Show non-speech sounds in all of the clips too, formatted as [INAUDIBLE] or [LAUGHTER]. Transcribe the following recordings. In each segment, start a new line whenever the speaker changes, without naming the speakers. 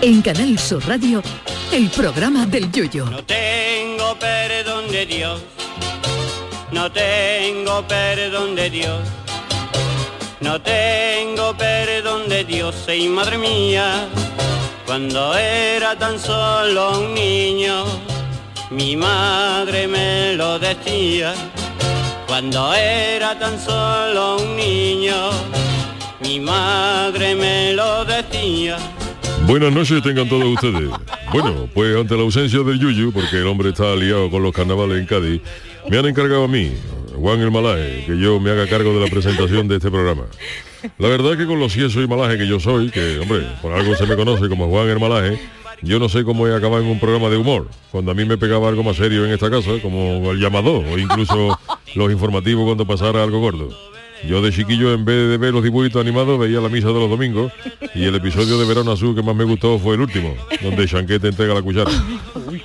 En Canal Sur Radio, el programa del yoyo.
No tengo perdón de Dios, no tengo perdón de Dios, no tengo perdón de Dios, y madre mía, cuando era tan solo un niño, mi madre me lo decía, cuando era tan solo un niño, mi madre me lo decía.
Buenas noches tengan todos ustedes. Bueno, pues ante la ausencia del Yuyu, porque el hombre está aliado con los carnavales en Cádiz, me han encargado a mí, Juan el Malaje, que yo me haga cargo de la presentación de este programa. La verdad que con lo cieso y malaje que yo soy, que hombre, por algo se me conoce como Juan el Malaje, yo no sé cómo he acabado en un programa de humor, cuando a mí me pegaba algo más serio en esta casa, como el llamado o incluso los informativos cuando pasara algo gordo. Yo de chiquillo, en vez de ver los dibujitos animados, veía la misa de los domingos y el episodio de Verano Azul que más me gustó fue el último, donde Chanquete entrega la cuchara.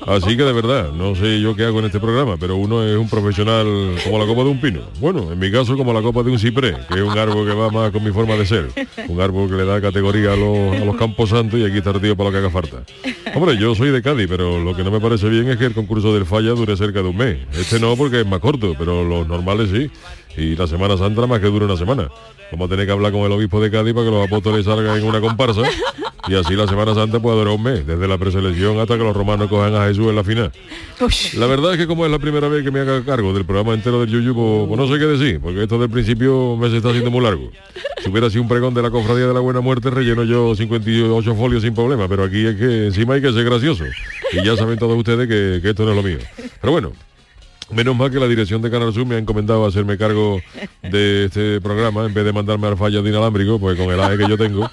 Así que de verdad, no sé yo qué hago en este programa, pero uno es un profesional como la copa de un pino. Bueno, en mi caso como la copa de un ciprés, que es un árbol que va más con mi forma de ser. Un árbol que le da categoría a los, a los campos santos y aquí está el tío para lo que haga falta. Hombre, yo soy de Cádiz, pero lo que no me parece bien es que el concurso del falla dure cerca de un mes. Este no porque es más corto, pero los normales sí y la Semana Santa más que dure una semana. Vamos a tener que hablar con el obispo de Cádiz para que los apóstoles salgan en una comparsa y así la Semana Santa puede durar un mes, desde la preselección hasta que los romanos cojan a Jesús en la final. La verdad es que como es la primera vez que me haga cargo del programa entero del Yuyu, pues, pues no sé qué decir, porque esto del principio me se está haciendo muy largo. Si hubiera sido un pregón de la Cofradía de la Buena Muerte, relleno yo 58 folios sin problema, pero aquí es que encima hay que ser gracioso. Y ya saben todos ustedes que, que esto no es lo mío. Pero bueno, Menos mal que la dirección de Canal Sur me ha encomendado hacerme cargo de este programa en vez de mandarme al fallo de inalámbrico, pues con el AE que yo tengo,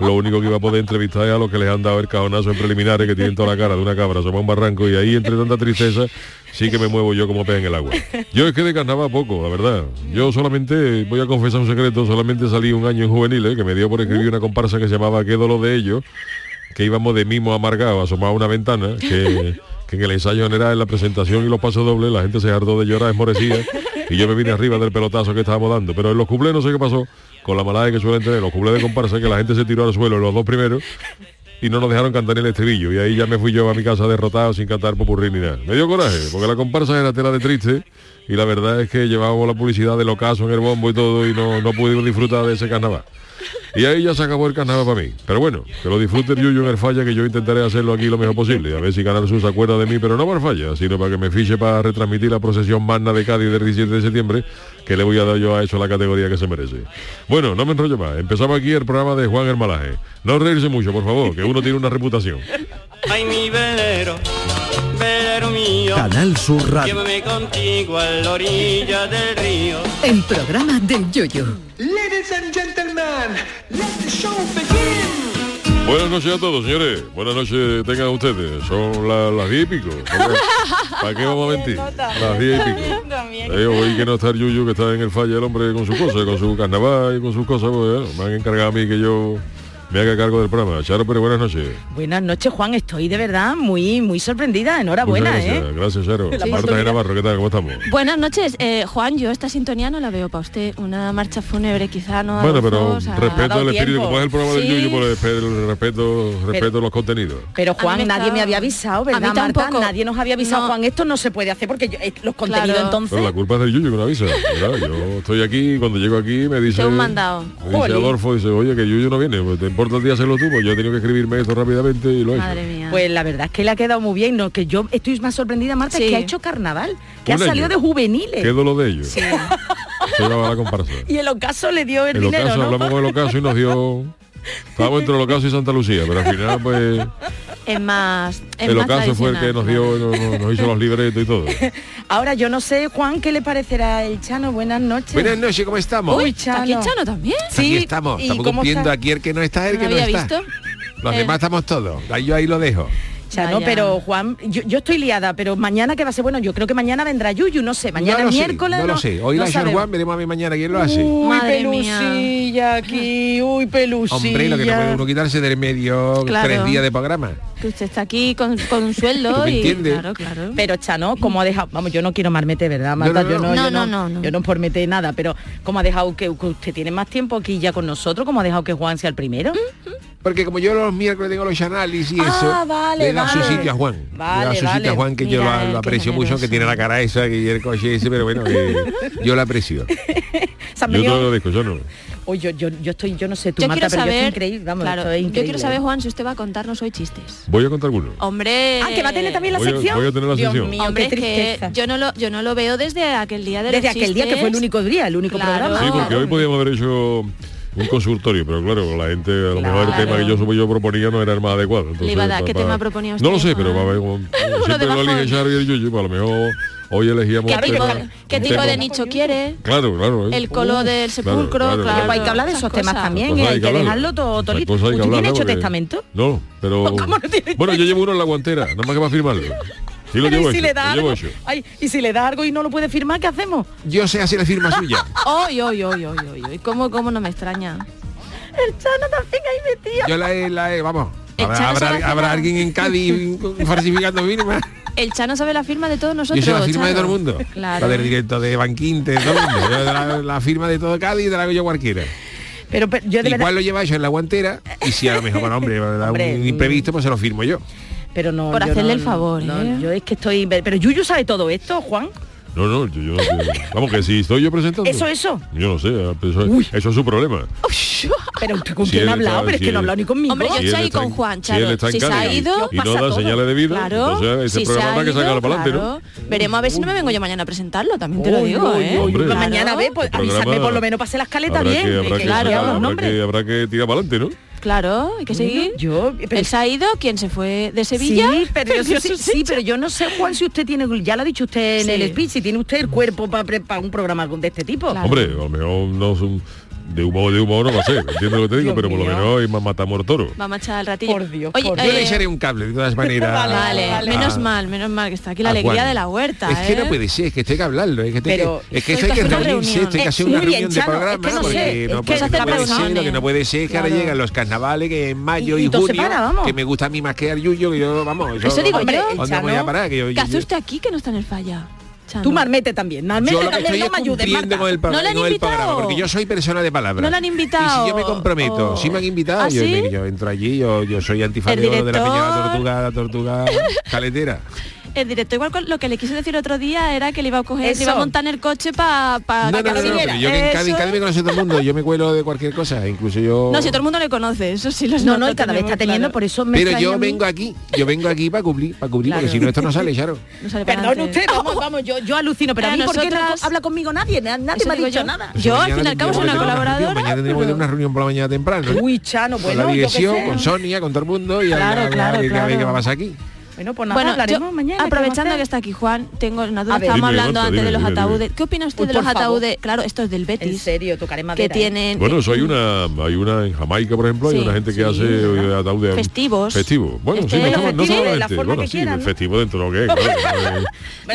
lo único que iba a poder entrevistar es a los que les han dado el cajonazo en preliminares que tienen toda la cara de una cabra, somos un barranco y ahí entre tanta tristeza sí que me muevo yo como pez en el agua. Yo es que de carnaval poco, la verdad. Yo solamente, voy a confesar un secreto, solamente salí un año en juveniles que me dio por escribir una comparsa que se llamaba Qué dolor de ellos, que íbamos de mimo amargado, asomado a una ventana, que que en el ensayo general, en la presentación y los pasos dobles, la gente se hartó de llorar, esmorecía, y yo me vine arriba del pelotazo que estábamos dando. Pero en los cublés no sé qué pasó, con la malada que suelen tener, los cublés de comparsa, que la gente se tiró al suelo los dos primeros, y no nos dejaron cantar el estribillo, y ahí ya me fui yo a mi casa derrotado sin cantar popurrí ni nada. Me dio coraje, porque la comparsa era tela de triste, y la verdad es que llevábamos la publicidad del ocaso en el bombo y todo, y no, no pudimos disfrutar de ese carnaval. Y ahí ya se acabó el carnaval para mí. Pero bueno, que lo disfrute el Yuyo en el falla, que yo intentaré hacerlo aquí lo mejor posible. A ver si Canal Sur se acuerda de mí, pero no para el falla, sino para que me fiche para retransmitir la procesión magna de Cádiz del 17 de septiembre, que le voy a dar yo a eso la categoría que se merece. Bueno, no me enrollo más. Empezamos aquí el programa de Juan Hermalaje. No reírse mucho, por favor, que uno tiene una reputación.
Ay, mi velero, velero mío,
Canal Sur Radio.
llévame contigo a la orilla del río.
El programa del yoyo.
Ladies and gentlemen, let the show begin.
Buenas noches a todos, señores. Buenas noches tengan ustedes. Son la- las 10 y pico. Hombre,
[LAUGHS]
¿Para qué vamos a mentir? Las 10 y pico. Eh, hoy que no está el Yuyu, que está en el falla el hombre con sus cosas, con su carnaval y con sus cosas, pues, eh, me han encargado a mí que yo me haga cargo del programa. Charo, pero buenas noches.
Buenas noches, Juan. Estoy de verdad muy, muy sorprendida. Enhorabuena,
Muchas
¿eh?
gracias, gracias Charo. Marta de Navarro, ¿qué tal? ¿Cómo estamos?
Buenas noches, eh, Juan. Yo esta sintonía no la veo para usted. Una marcha fúnebre quizá no.
Bueno,
algo,
pero
o sea, ha
respeto
dado
al espíritu,
tiempo.
como es el programa del
Sí.
Yuyu, por el, el respeto, respeto los contenidos.
Pero
A mí
Juan,
me
nadie
está-
me había avisado, ¿verdad,
A mí
Marta?
tampoco.
Nadie nos había avisado,
No.
Juan. Esto no se puede hacer porque yo- eh, los contenidos
Claro.
entonces...
Pero la culpa es del Yuyu que no avisa. ¿verdad? Yo estoy aquí, cuando llego aquí me dice.
Te un mandado.
me dice
Jolín.
Adolfo, dice, oye, que Yuyu no viene, pues te importa el día hacerlo tú, pues yo he tenido que escribirme esto rápidamente y lo he hecho.
Madre mía.
Pues la verdad es que le ha quedado muy bien. No, que yo estoy más sorprendida, Marta, es
Sí.
que ha hecho carnaval, que
Un
ha
año.
salido de juveniles.
Qué dolor de ellos. Se va la comparsa.
Y el ocaso le dio el,
El
dinero,
ocaso,
¿no?
hablamos con el ocaso y nos dio. Estábamos entre el ocaso y Santa Lucía, pero al final pues
es más. Es
el
más
ocaso fue el que
tradicional,
nos
claro.
dio, nos, nos hizo los libretos y todo.
Ahora yo no sé, Juan, ¿qué le parecerá el Chano? Buenas noches.
noches, ¿cómo estamos?
Uy,
¿Está aquí
Chano.
Chano también? Ah,
sí,
aquí estamos,
¿y
estamos
cómo
cumpliendo
está?
aquí el que no está, el
No
que no
había
está.
visto.
Los
Eh.
demás estamos todos, ahí yo ahí lo dejo.
Chano,
Vaya.
pero Juan, yo, yo estoy liada, pero mañana que va a ser bueno, yo creo que mañana vendrá Yuyu, no sé, mañana
no lo sé,
miércoles.
no lo sé. Hoy
no Mm,
la Sher
sabemos.
One, veremos a ver mañana quién lo hace.
Uy,
Madre
pelusilla aquí, uy, pelusilla.
Hombre, lo que no puede uno quitarse del medio
Claro.
tres días de programa.
Que usted está aquí con, con un sueldo
[LAUGHS]
¿Tú me
y
entiendes?
claro, claro.
Pero Chano, como ha dejado, vamos, yo no quiero marmete, ¿verdad, Marta?
no,
yo
no.
yo
No, no, no, no.
Yo no por meter nada, pero como ha dejado que, que usted tiene más tiempo aquí ya con nosotros, como ha dejado que Juan sea el
¿Mm?
primero.
Porque como yo los miércoles tengo los análisis y
Ah,
eso,
vale,
le da su
vale.
sitio a Juan.
Vale,
le da su
vale. eh,
sitio a Juan que yo
Mira,
lo- lo,
qué
aprecio mucho,
generoso.
que tiene la cara esa y el coche ese, pero
[LAUGHS]
bueno, que yo la aprecio.
Se han
Yo te lo
venido-
agradezco, yo no.
Uy, yo, yo, yo estoy, yo no sé tú,
yo
Marta, pero
quiero
yo estoy
saber,
increíble. Vamos,
claro,
estoy
yo
increíble. ¿eh?
quiero saber, Juan, si usted va a contarnos hoy chistes.
Voy a contar alguno.
Hombre.
Ah, que va a tener también la
Voy a-
sección.
voy a tener la
Dios
sección.
mío,
Hombre,
qué
es que
tristeza.
yo no lo, yo no lo veo desde aquel día de
Desde
los
aquel día que fue el
chistes.
único día, el único
Claro.
programa.
Sí,
Ah,
porque hoy
hombre.
podíamos haber hecho un consultorio, pero claro, la gente, a lo mejor el
Claro.
tema que yo, yo proponía no era el más adecuado. Entonces,
Le iba a dar,
pa-
¿qué
pa-
tema proponía
No lo
usted,
sé, pero
Juan?
va a
[LAUGHS]
haber un-
Uno
siempre
de
lo elige
bajón.
Xavi y el Yuyu, pues a lo mejor hoy elegíamos
¿Qué
un
tipo,
tema-
qué
un
tipo
tema-
de nicho quiere?
Claro, claro. ¿eh?
El color del sepulcro, claro.
Pues hay que hablar de
Esas
esos temas
cosas.
también, y
Pues hay
hay
que
que
hablarlo.
dejarlo todo,
Esas
todito.
cosas hay que
¿Tú tienes
hablarlas
hecho
porque-
testamento?
No,
[LAUGHS]
pero...
¿Cómo no tiene
Bueno, yo llevo uno en la guantera, nada más que va a firmarlo. Sí lo
Pero
llevo
¿y si
hecho,
le da
lo llevo
algo?
hecho.
Ay, y si le da algo y no lo puede firmar, ¿qué hacemos?
Yo sé hacer la firma suya.
Hoy, hoy, hoy, hoy, hoy, hoy. ¿Cómo, cómo no me extraña?
El Chano también ahí metido.
Yo la he, la he, vamos.
El
Habrá,
Chano
habrá-
se va a
habrá
quedar.
alguien en Cádiz [LAUGHS] falsificando firmas.
El Chano sabe la firma de todos
Yo
nosotros.
sé la firma de todo
Chano.
el mundo.
Claro.
La del directo de Banquinte, de todo el mundo. Yo La, la firma de todo Cádiz te la hago yo cualquiera.
Pero, pero yo de verdad-
Igual lo lleva yo en la guantera y si a lo mejor,
[LAUGHS]
bueno, hombre, me da
Hombre,
un imprevisto, pues se lo firmo yo.
pero no.
Por
yo
hacerle
no-
el favor,
no,
¿eh?
Yo es que estoy. Pero Yuyu sabe todo esto, Juan.
No, no, yo, yo- yo- Vamos, que si estoy yo presentando.
Eso, eso. Oh,
Yo no sé, eso, eso es su problema.
Pero usted con quién
él
ha hablado,
está-
pero es
si
que no ha
él-
hablado ni conmigo.
Hombre, yo
Si él
estoy ahí
está
con
en-
Juan,
si él
Charo.
está en
Si se
Cádiz
ha
y-
ido,
y no
pasa
da
todo.
señales de vida, entonces ese
si se
programa
ha
habrá que
ido,
sacarlo pa'lante, ¿no?
claro. Veremos a ver si no me vengo yo mañana a presentarlo, también te lo
Uy,
digo,
uy,
¿eh?
uy,
Hombre.
pues mañana
Claro.
ve, pues
El
avísame
Este programa
por lo menos para hacer las caletas
habrá
bien.
Que, habrá,
que
que
claro,
sacar-
los
habrá,
nombres.
que, habrá que tirar para adelante, ¿no?
Claro, hay que seguir.
Yo, pero
Él se ha ido, ¿quién se fue de Sevilla?
Sí, pero
[LAUGHS]
yo,
Perdió
sí,
su
sí,
sitio.
pero yo no sé, Juan, si usted tiene, ya lo ha dicho usted en
Sí.
el speech, si tiene usted el cuerpo para un programa de este tipo.
Claro.
Hombre, a lo mejor no es un- de humor, de humor no va
[LAUGHS]
a ser, entiendo lo que te digo,
Dios
pero por lo
mío.
menos hay más matamor toro.
Vamos a echar el ratillo.
Por Dios,
Oye,
por
Yo le
eh,
echaré un cable, de todas maneras.
Vale,
a-
menos
a-
mal, menos mal que está aquí la
a
alegría
Juan.
de la huerta.
Es que
¿eh?
no puede ser, es que esto hay que hablarlo, es que, esto hay
Pero-
que- es que
Esto
esto hay
hay
que
que hacer una
reunirse, esto hay
reunión.
que hacer
Eh,
una
muy bien,
reunión de
Chano, es
programa,
que no sé,
porque
es
no
que
puede-
se hace
no puede
reuniones.
ser, lo que no puede ser es que ahora
Claro.
llegan los carnavales que en mayo
Y-
y,
y todo se
junio,
para, vamos.
que me gusta a mí más que a Yuyo, que yo, vamos, yo,
Eso digo
¿dónde
yo, el
voy a
Chano.
parar? Que yo,
¿Qué
yo-
hace usted aquí que no está en el falla? Chano?
Tú marmete también, marmete
yo lo que
también,
estoy
no
es
me ayudes,
cumpliendo
Marta.
con el, pro-
¿No le han
con el
invitado?
programa, porque yo soy persona de palabra.
¿No le han invitado?
Y si yo me comprometo,
Oh.
si me han invitado,
¿Ah,
yo,
sí?
me- yo entro allí, yo, yo soy antifaleo de la peña de la tortuga,
[LAUGHS]
la tortuga caletera.
El Eh, directo igual con- lo que le quise decir otro día era que le iba a coger, le iba a
Eso.
montar en el coche para pa la
No, no, no, no,
cabecera.
pero yo que en
Eso
Cádiz, en Cádiz me
es.
conoce todo el mundo, yo me cuelo de cualquier cosa, incluso yo...
No, si todo el mundo le conoce, eso sí lo
No, no, él cada vez está teniendo, por eso me
Pero
extraña a
yo
mí.
vengo aquí, yo vengo aquí para cubrir, para cubrir,
Claro.
porque si no esto no sale, Charo.
Perdón usted, vamos, vamos, yo, yo alucino, pero a
Eh,
mí ¿por qué
Ah, oh. nosotras-
no habla conmigo nadie? Na- Nadie
Eso
me ha
digo
dicho
yo.
nada.
[LAUGHS] Yo, al fin y al cabo, soy una
tendríamos que tener
colaboradora,
Mañana tendríamos que
pero-
tener una reunión por la mañana temprano.
Uy, Chano,
con
bueno,
la
yo qué
dirección,
sé.
con Sonia, con todo el mundo y a-
Claro,
a- a-
claro,
a ver
claro.
qué va a pasar aquí.
Bueno, pues nada,
Bueno, yo-
hablaremos mañana. ¿qué vamos a
aprovechando
hacer?
que está aquí Juan, tengo una duda.
A ver.
Estábamos
Dime,
hablando
Marta,
antes
dime,
de los
dime, dime.
ataúdes. ¿Qué opina usted
Uy,
de los
por favor.
ataúdes? Claro, esto es del
En
Betis.
serio, tocaré madera.
que
¿eh?
tienen
Bueno, eso hay una, hay una en Jamaica, por ejemplo, hay
Sí,
una gente que
sí,
hace
¿verdad?
eh, ataúdes
Festivos.
Festivos. Bueno, sí,
Este-
no,
Los
no
festivos de la
solamente.
forma
Bueno,
que
sí,
quieran, ¿no?
festivo dentro de lo que es. claro, eh.
¿No le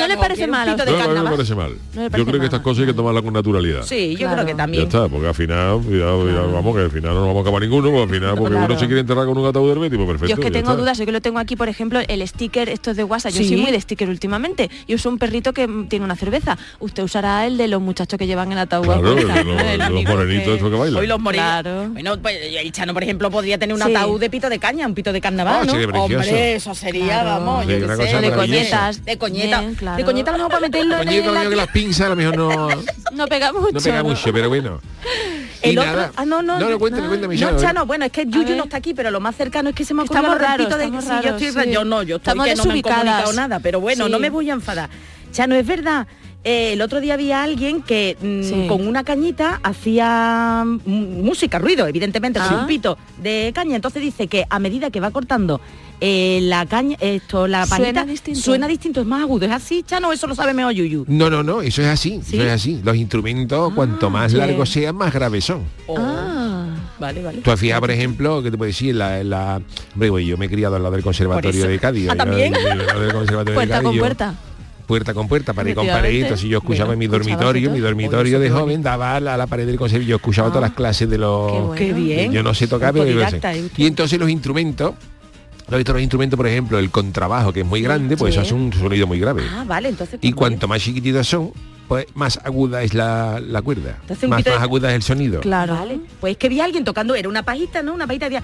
como
parece
quiero un
mal a
pito de
usted?
No, a mí no me
carnaval.
parece mal.
No me
Yo
parece
creo que
mal.
estas cosas hay que tomarlas con naturalidad.
Sí, yo
Claro.
creo que
Ya
también.
está, porque al final, cuidado, cuidado, vamos, que al final no nos vamos a acabar ninguno, pues al final, porque
Claro.
uno se quiere enterrar con un ataúd del Betis, pues perfecto.
Yo es que
ya
tengo
está.
dudas, yo que lo tengo aquí, por ejemplo, el sticker, esto es de WhatsApp, yo
Sí.
soy muy de sticker últimamente, y uso un perrito que mm, tiene una cerveza, usted usará el de los muchachos que llevan el ataúd. a
Claro,
cuenta,
de
¿no?
los,
El
de los
único
morenitos
que-
esos que bailan.
Hoy los moridos.
Claro.
Bueno, pues el Chano, por ejemplo, podría tener un
Sí.
ataúd de pito de caña, un pito de carnaval,
Ah,
¿no?
sería precioso.
Hombre, eso sería,
Claro.
vamos,
Sí,
yo
una
qué sé.
cosa
De
maravillosa.
coñetas. De coñetas.
Bien, claro.
De coñetas a lo mejor para meterlo
Coño, yo
en la...
creo que las pinzas a lo mejor no,
No pega mucho.
no pega
¿no?
mucho, pero bueno. Y
El otro...
nada.
Ah, no, no.
No, no, cuéntame, cuéntame,
No,
Charo,
Chano, bueno, es que Yuyu
ver.
no está aquí, pero lo más cercano es que se me ha ocurrido
Estamos
lo del
raros,
pito de...
estamos
Sí,
raros,
yo estoy...
sí.
Yo no, yo estoy
Estamos
que no me han
desubicadas.
comunicado nada, pero bueno,
Sí.
no me voy a enfadar. Chano, es verdad... eh, el otro día había alguien que mm,
Sí.
con una cañita hacía mm, música, ruido, evidentemente, con
Ah.
un pito de caña. Entonces dice que a medida que va cortando eh, la caña, esto, la
Suena
palita,
distinto.
suena distinto, es más agudo. ¿Es así, Chano? Eso lo sabe mejor Yuyu.
No, no, no, eso es así,
¿Sí?
eso es así. Los instrumentos, cuanto más
Ah, bien.
largos sean, más graves son.
Ah.
Vale, vale.
Tú has fijado, por ejemplo, que te puedes decir, la, la... Hombre, güey, yo me he criado al lado del
Por
Conservatorio
eso.
de Cádiz.
Ah,
yo-
¿también?
yo al lado del Conservatorio
Puerta
de Cádiz,
con
yo-
puerta.
Puerta con puerta, pared con
Efectivamente.
pared. Entonces yo escuchaba en mi
Bueno,
dormitorio,
escuchabas de
mi
todo.
dormitorio de joven daba a la, a la pared del conservatorio. Yo escuchaba todas las clases de los...
Ah, Qué bueno.
Qué bien.
Yo no sé tocar, pero yo sé.
Autodidacta, ¿eh, usted?
Y entonces los instrumentos, los, los instrumentos, por ejemplo, el contrabajo, que es muy grande, pues
sí.
eso hace un sonido muy grave.
Ah, vale, entonces...
Y
pues,
cuanto más chiquititos son, pues más aguda es la, la cuerda.
Te hace un
Más,
pito de-
más aguda es el sonido.
Claro.
Vale, pues es que vi a alguien tocando, era una pajita, ¿no? Una pajita de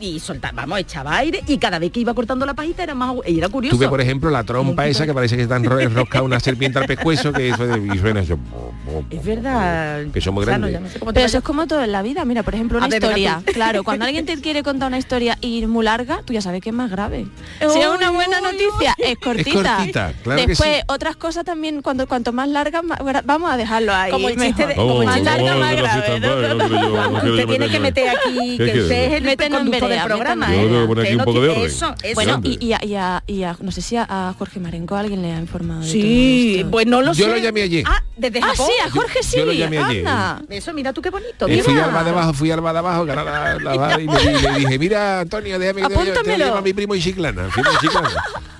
y soltaba, vamos, echaba aire y cada vez que iba cortando la pajita era más agu- y era curioso.
Tuve, por ejemplo, la trompa esa que parece que está enro- enroscada una serpiente al pescuezo, que eso de, y suena eso.
es verdad.
eh, Que son muy
o sea, no,
grandes.
ya no sé cómo te
Pero eso es
vayas-
como todo en la vida. Mira, por ejemplo,
A
una
ver, venga
historia.
tú. [LAUGHS]
Claro, cuando alguien te quiere contar una historia y muy larga, tú ya sabes que es más grave. Si es una buena noticia, es cortita.
cortita, claro que
Después,
sí.
otras cosas también, cuando cuanto más larga, más gra- vamos a dejarlo ahí.
Como el chiste de-
mejor.
Oh,
como el
más
chiste de-
larga,
vamos a
más
hacer
grave.
así tan mal, no quiero yo- no quiero yo
Usted tiene que
meterme.
meter aquí,
¿Qué
que
quieres?
usted es el
Mételo en
conductor del
vereda,
programa.
mételo en
¿eh?
vereda. Yo tengo
que poner
Usted
aquí un poco
no
de
tiene-
orden.
Eso, eso.
Bueno,
Grande.
y, y a, y a- y a- no sé si a, a Jorge Marenco alguien le ha informado. de todo
Sí,
esto.
pues no lo sé.
Yo lo llamé ayer.
Ah, desde
Ah,
Japón.
sí, a Jorge sí.
Yo lo llamé ayer.
anda.
Eso, mira tú qué bonito.
Eh,
mira.
fui al bar de abajo, fui al bar de abajo, que era la- la bar, y, le, y le dije, mira, Antonio, déjame que te vaya- te
Apúntamelo.
llevo a mi primo en Chiclana. fui a Chiclana.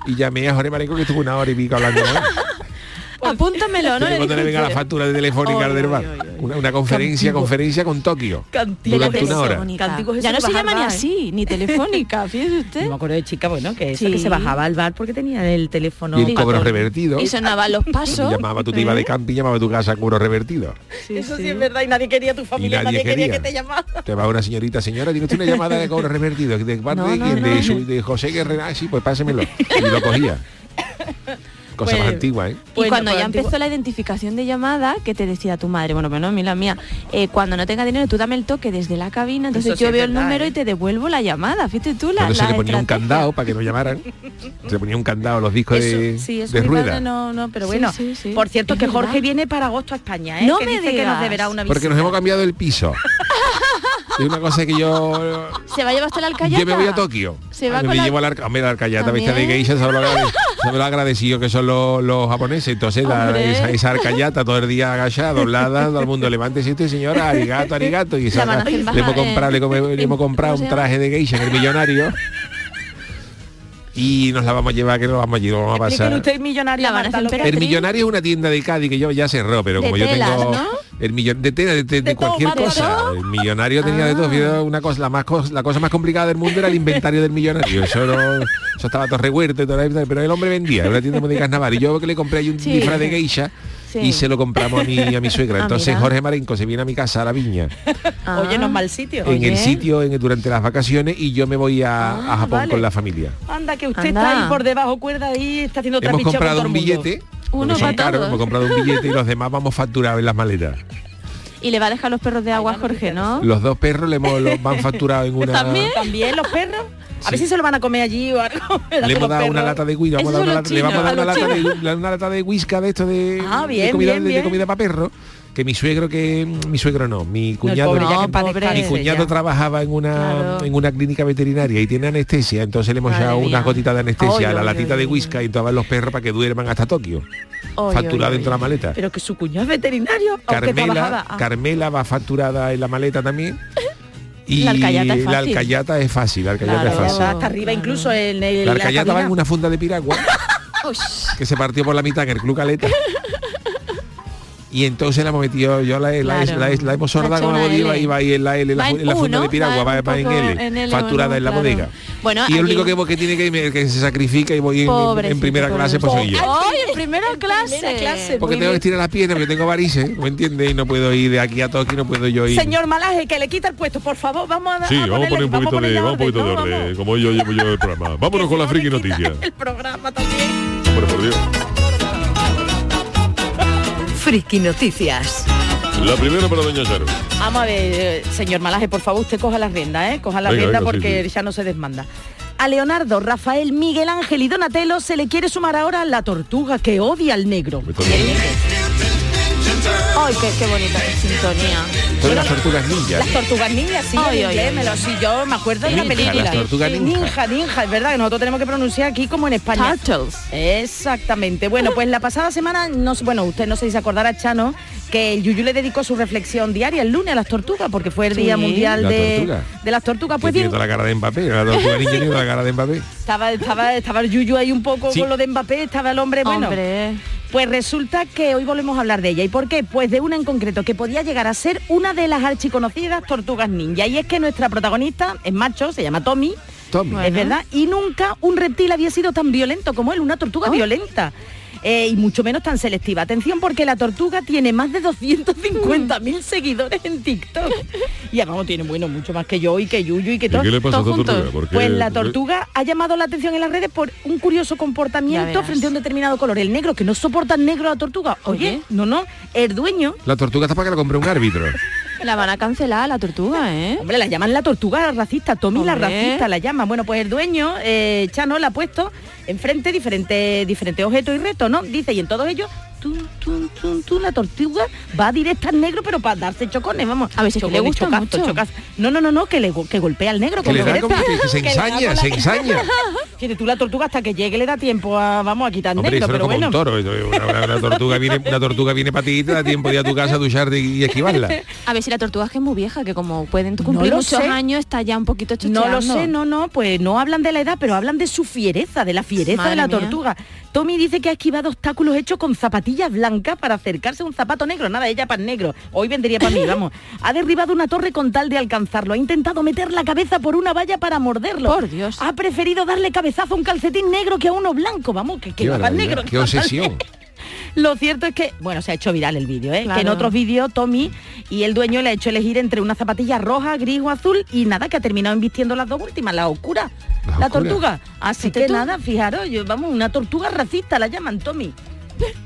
Y llamé a Jorge Marenco, que estuvo una hora y pico hablando con él.
Pues-
Apúntamelo, ¿no?
Tengo
Le
que cuando Este le
dije,
venga la factura de telefónica del bar. Una, una conferencia, conferencia con Tokio.
Cantigo
Durante
de
una
eso.
hora.
Telefónica.
Cantigo Jesús
Ya no
de
se llama ni
Bajarda, ¿eh?
así, ni telefónica, fíjese usted.
Yo me acuerdo de chica, bueno, que eso,
Sí.
que se bajaba al bar porque tenía el teléfono.
Y el cobro
patón.
revertido.
Y sonaban
[LAUGHS]
los pasos.
Llamaba, tú te ibas de
¿Eh?
camping, llamaba a tu casa cobro revertido.
Eso sí es verdad y nadie quería tu familia,
nadie
nadie, quería.
quería.
que te llamara.
Te va una señorita, señora, tiene usted una llamada de cobro revertido. ¿De parte
No,
de
no,
quién?
no.
De, su- de José Guerrero. Ah, sí, pues pásemelo. Y lo cogía. Cosa
Pues-
más antigua, ¿eh?
y
Bueno,
cuando
pues
ya
antiguo-
empezó la identificación de llamada, que te decía tu madre, bueno, pero no, a mí la mía, eh, cuando no tenga dinero, tú dame el toque desde la cabina, entonces
Eso sí
yo
es
veo el
verdad,
número
¿eh?
y te devuelvo la llamada, fíjate tú la,
Cuando se
la
le ponía un
estrategia.
candado para que no llamaran. Se ponía un candado a los discos
Eso,
de,
sí, eso
de
mi
rueda.
padre no, no, pero
Sí,
bueno.
sí, sí.
Por cierto,
Es
que
verdad.
Jorge viene para agosto a España, ¿eh?
No
que
me
dice que nos
digas.
deberá una visita.
Porque nos hemos cambiado el piso. Y una cosa es que yo...
Se va a llevar hasta la alcayata.
Yo me voy a Tokio.
Se va
me
con la-
llevo a la, arca- hombre, la arcayata, viste, de
¿También?
geisha, se lo agrade- se lo agradecido que son los, los japoneses. Entonces, la-
Hombre.
esa, esa arcayata todo el
[LAUGHS]
día agachada, doblada, todo el mundo levántese usted, señora, "Este arigato, arigato. Y
La
esa-
van a hacer
le,
bajar en-
hemos comprado, le, come- le
en-
hemos comprado
¿cómo
un
se llama?
traje de geisha en el millonario. Y nos la vamos a llevar, que nos la vamos a llevar, vamos a
Explíquele
pasar.
usted millonario.
La van a
Marta, lo que-
hacer
El millonario es una tienda de Cádiz que yo ya cerró, pero
De
como yo
telas,
tengo
¿no?
el millón de tela, de, de- de
De todo,
cualquier
¿de
cosa.
todo?
El millonario tenía de todo. Yo, Una cosa, la más cos- la cosa más complicada del mundo era el inventario del millonario. Eso no, eso estaba todo revuelto y toda la- pero el hombre vendía, era una tienda de carnaval. Y yo que le compré ahí un
Sí.
disfraz de geisha.
Sí.
Y se lo compramos a mi, a mi suegra.
Ah,
Entonces
mira.
Jorge Marenco se viene a mi casa, a la viña,
Ah.
Oye, no es mal sitio.
en el
Oye.
sitio en, durante las vacaciones y yo me voy a, a
Ah,
Japón
vale.
con la familia.
Anda, que usted
Anda.
está ahí por debajo cuerda y está haciendo otra
Hemos
picha con
comprado
todo
un
el mundo.
billete,
Uno
porque
para
son caros,
todos.
hemos
[LAUGHS]
comprado un billete y los demás vamos facturados en las maletas.
Y le va a dejar los perros de agua a
no me
Jorge,
digas
¿no?
Los dos perros le hemos, los van facturado en una...
¿Ah? ¿También?
También los perros. A ver si se lo van a comer allí o algo. [LAUGHS]
Le hemos dado una lata de guino,
Esos
vamos
son
a dar una
los
lata- le vamos a dar
chinos,
una
a
lata
los
de una lata de whisky de esto de,
Ah,
de
bien,
comida,
bien,
de
bien.
comida para perro. Que mi suegro, que mi suegro no, mi cuñado,
pobre, ya
No,
que en paz
pobre.
descanse
mi
ya.
cuñado trabajaba en una
Claro.
en una clínica veterinaria y tiene anestesia, entonces le hemos
Madre
echado
mía.
unas gotitas de anestesia,
Oy,
a la
oy,
latita
oy,
de
oy.
whisky y todos los perros para que duerman hasta Tokio.
Oy,
facturado
oy, oy.
dentro de la maleta.
Pero que su cuñado es veterinario, aunque
Carmela,
trabajaba. Ah,
Carmela va facturada en la maleta también. Y
La alcayata es
La
fácil.
alcayata es fácil, la alcayata
Claro.
es fácil.
hasta hasta arriba
Claro.
incluso en el
La arcayata va
cabina.
en una funda
[LAUGHS]
de piragua que se partió por la mitad en el club caleta. Y entonces la hemos metido, yo la, la-
Claro.
la- la hemos
Ha
sordado
hecho
con la
una
boliva
L.
y va ahí en la L, en la,
Va
fu-
en
en la
U,
funda
¿no?
de piragua,
Va
va,
un
va en,
poco
L,
en L,
facturada
bueno,
en la
claro.
bodega.
Bueno,
y el
aquí-
único que, que tiene que, irme- que se sacrifica y voy en- en,
Pobrecito,
primera clase, pues soy
pobrecito.
yo.
Ay, en primera clase.
clase. Muy
Porque tengo que
bien.
estirar las piernas, porque tengo varices, ¿me entiendes? Y no puedo ir de aquí a Tokio, no puedo yo ir.
Señor Malaje, que le quita el puesto, por favor, vamos a
Sí, vamos a poner
ponerle-
un poquito de,
ponerle
vamos un poquito de
¿no?
orden,
Vamos.
como yo llevo yo
[LAUGHS]
el programa. Vámonos con la friki
Le quita
noticia.
El programa también.
Hombre, por Dios.
Friki Noticias.
La primera para Doña Charo.
Vamos a ver, eh, señor Malaje, por favor, usted coja las riendas, ¿eh? Coja las
Venga,
riendas
venga, sí,
porque
sí.
ya no se desmanda. A Leonardo, Rafael, Miguel Ángel y Donatello se le quiere sumar ahora la tortuga que odia al negro.
Me está diciendo.
¡Ay, qué, qué bonita sintonía!
Son las
[LAUGHS]
tortugas ninja.
Las tortugas ninjas, sí,
Ay,
en
ay,
inglés,
ay.
me lo- sí, yo me acuerdo de la
Ninja,
película.
las tortugas
Sí,
ninja.
ninja, ninja, es verdad que nosotros tenemos que pronunciar aquí como en España.
Turtles.
Exactamente. Bueno, pues la pasada semana, no, sé- bueno, usted no sé si se acordará, Chano, que el Yuyu le dedicó su reflexión diaria el lunes a las tortugas, porque fue el
Sí.
Día Mundial
La
de,
tortuga.
de las Tortugas.
Que
Pues
tiene
bien,
toda la cara de Mbappé. La tortuga ninja tiene toda la cara de Mbappé.
estaba, estaba, estaba el Yuyu ahí un poco
Sí.
con lo de Mbappé, estaba el hombre, Eh, bueno.
Hombre,
Pues resulta que hoy volvemos a hablar de ella. ¿Y por qué? Pues de una en concreto, que podía llegar a ser una de las archiconocidas tortugas ninja. Y es que nuestra protagonista es macho, se llama Tommy,
Tommy.
Bueno.
es verdad, y nunca un reptil había sido tan violento como él, una tortuga violenta. Eh, y mucho menos tan selectiva. Atención porque la tortuga tiene más de
Mm.
250.000 seguidores en
[LAUGHS]
TikTok. Y además tiene, bueno, mucho más que yo y que Yuyu y que
¿Y
todo.
qué le pasa a esta
todos
tortuga?
juntos.
¿Por qué-
Pues la
por qué-
tortuga ha llamado la atención en las redes por un curioso
Ya
comportamiento
verás.
frente a un determinado color, el negro, que no soporta el negro a la tortuga. Oye,
Oye.
no, no, el dueño,
La tortuga está para que la compre un árbitro.
la van a cancelar la tortuga, ¿eh?
hombre, la llaman la tortuga racista, Tommy la
Hombre.
racista la llama. Bueno, pues el dueño, eh, Chano, la ha puesto enfrente diferentes diferentes objetos y retos, ¿no? Dice, y en todos ellos, tun, tun, tun, tun, la tortuga va directa al negro, pero para darse chocones, vamos.
A ver, si es que le
Chocones,
gusta mucho.
No, no, no, no, que, le, go- que golpea al negro.
que le
como
da como
directa.
que, que
[LAUGHS]
se
Que le da con
ensaña,
la-
se ensaña.
Fíjate tú la tortuga hasta que llegue le da tiempo a vamos a quitar
Hombre,
negro,
eso no es
pero
como
bueno.
un toro. eso es Una, una- una tortuga viene, una tortuga viene para ti y te da tiempo de ir a tu casa, a ducharte y,
[LAUGHS]
y esquivarla.
A ver si la tortuga es que es muy vieja, que como pueden cumplir
lo
muchos
sé.
años, está ya un poquito chocheando.
No lo sé, no, no, pues no hablan de la edad, pero hablan de su fiereza, de la fiereza
Madre
de la
mía.
tortuga. Tommy dice que ha esquivado obstáculos hechos con zapatillas blancas para acercarse a un zapato negro. Nada, ella pan negro. Hoy vendría para mí,
[LAUGHS]
vamos. Ha derribado una torre con tal de alcanzarlo. Ha intentado meter la cabeza por una valla para morderlo.
Por Dios.
Ha preferido darle cabezazo a un calcetín negro que a uno blanco. Vamos, que, que
Qué
va pan
barbaridad,
negro.
qué obsesión.
Lo cierto es que, bueno, se ha hecho viral el vídeo, ¿eh?
Claro.
Que en otros vídeos Tommy y el dueño le ha hecho elegir entre una zapatilla roja, gris o azul y nada, que ha terminado invistiendo las dos últimas, la oscura,
La
la,
oscura.
tortuga. Así
Fíjate
que
tú.
nada, fijaros, yo- vamos, una tortuga racista la llaman Tommy.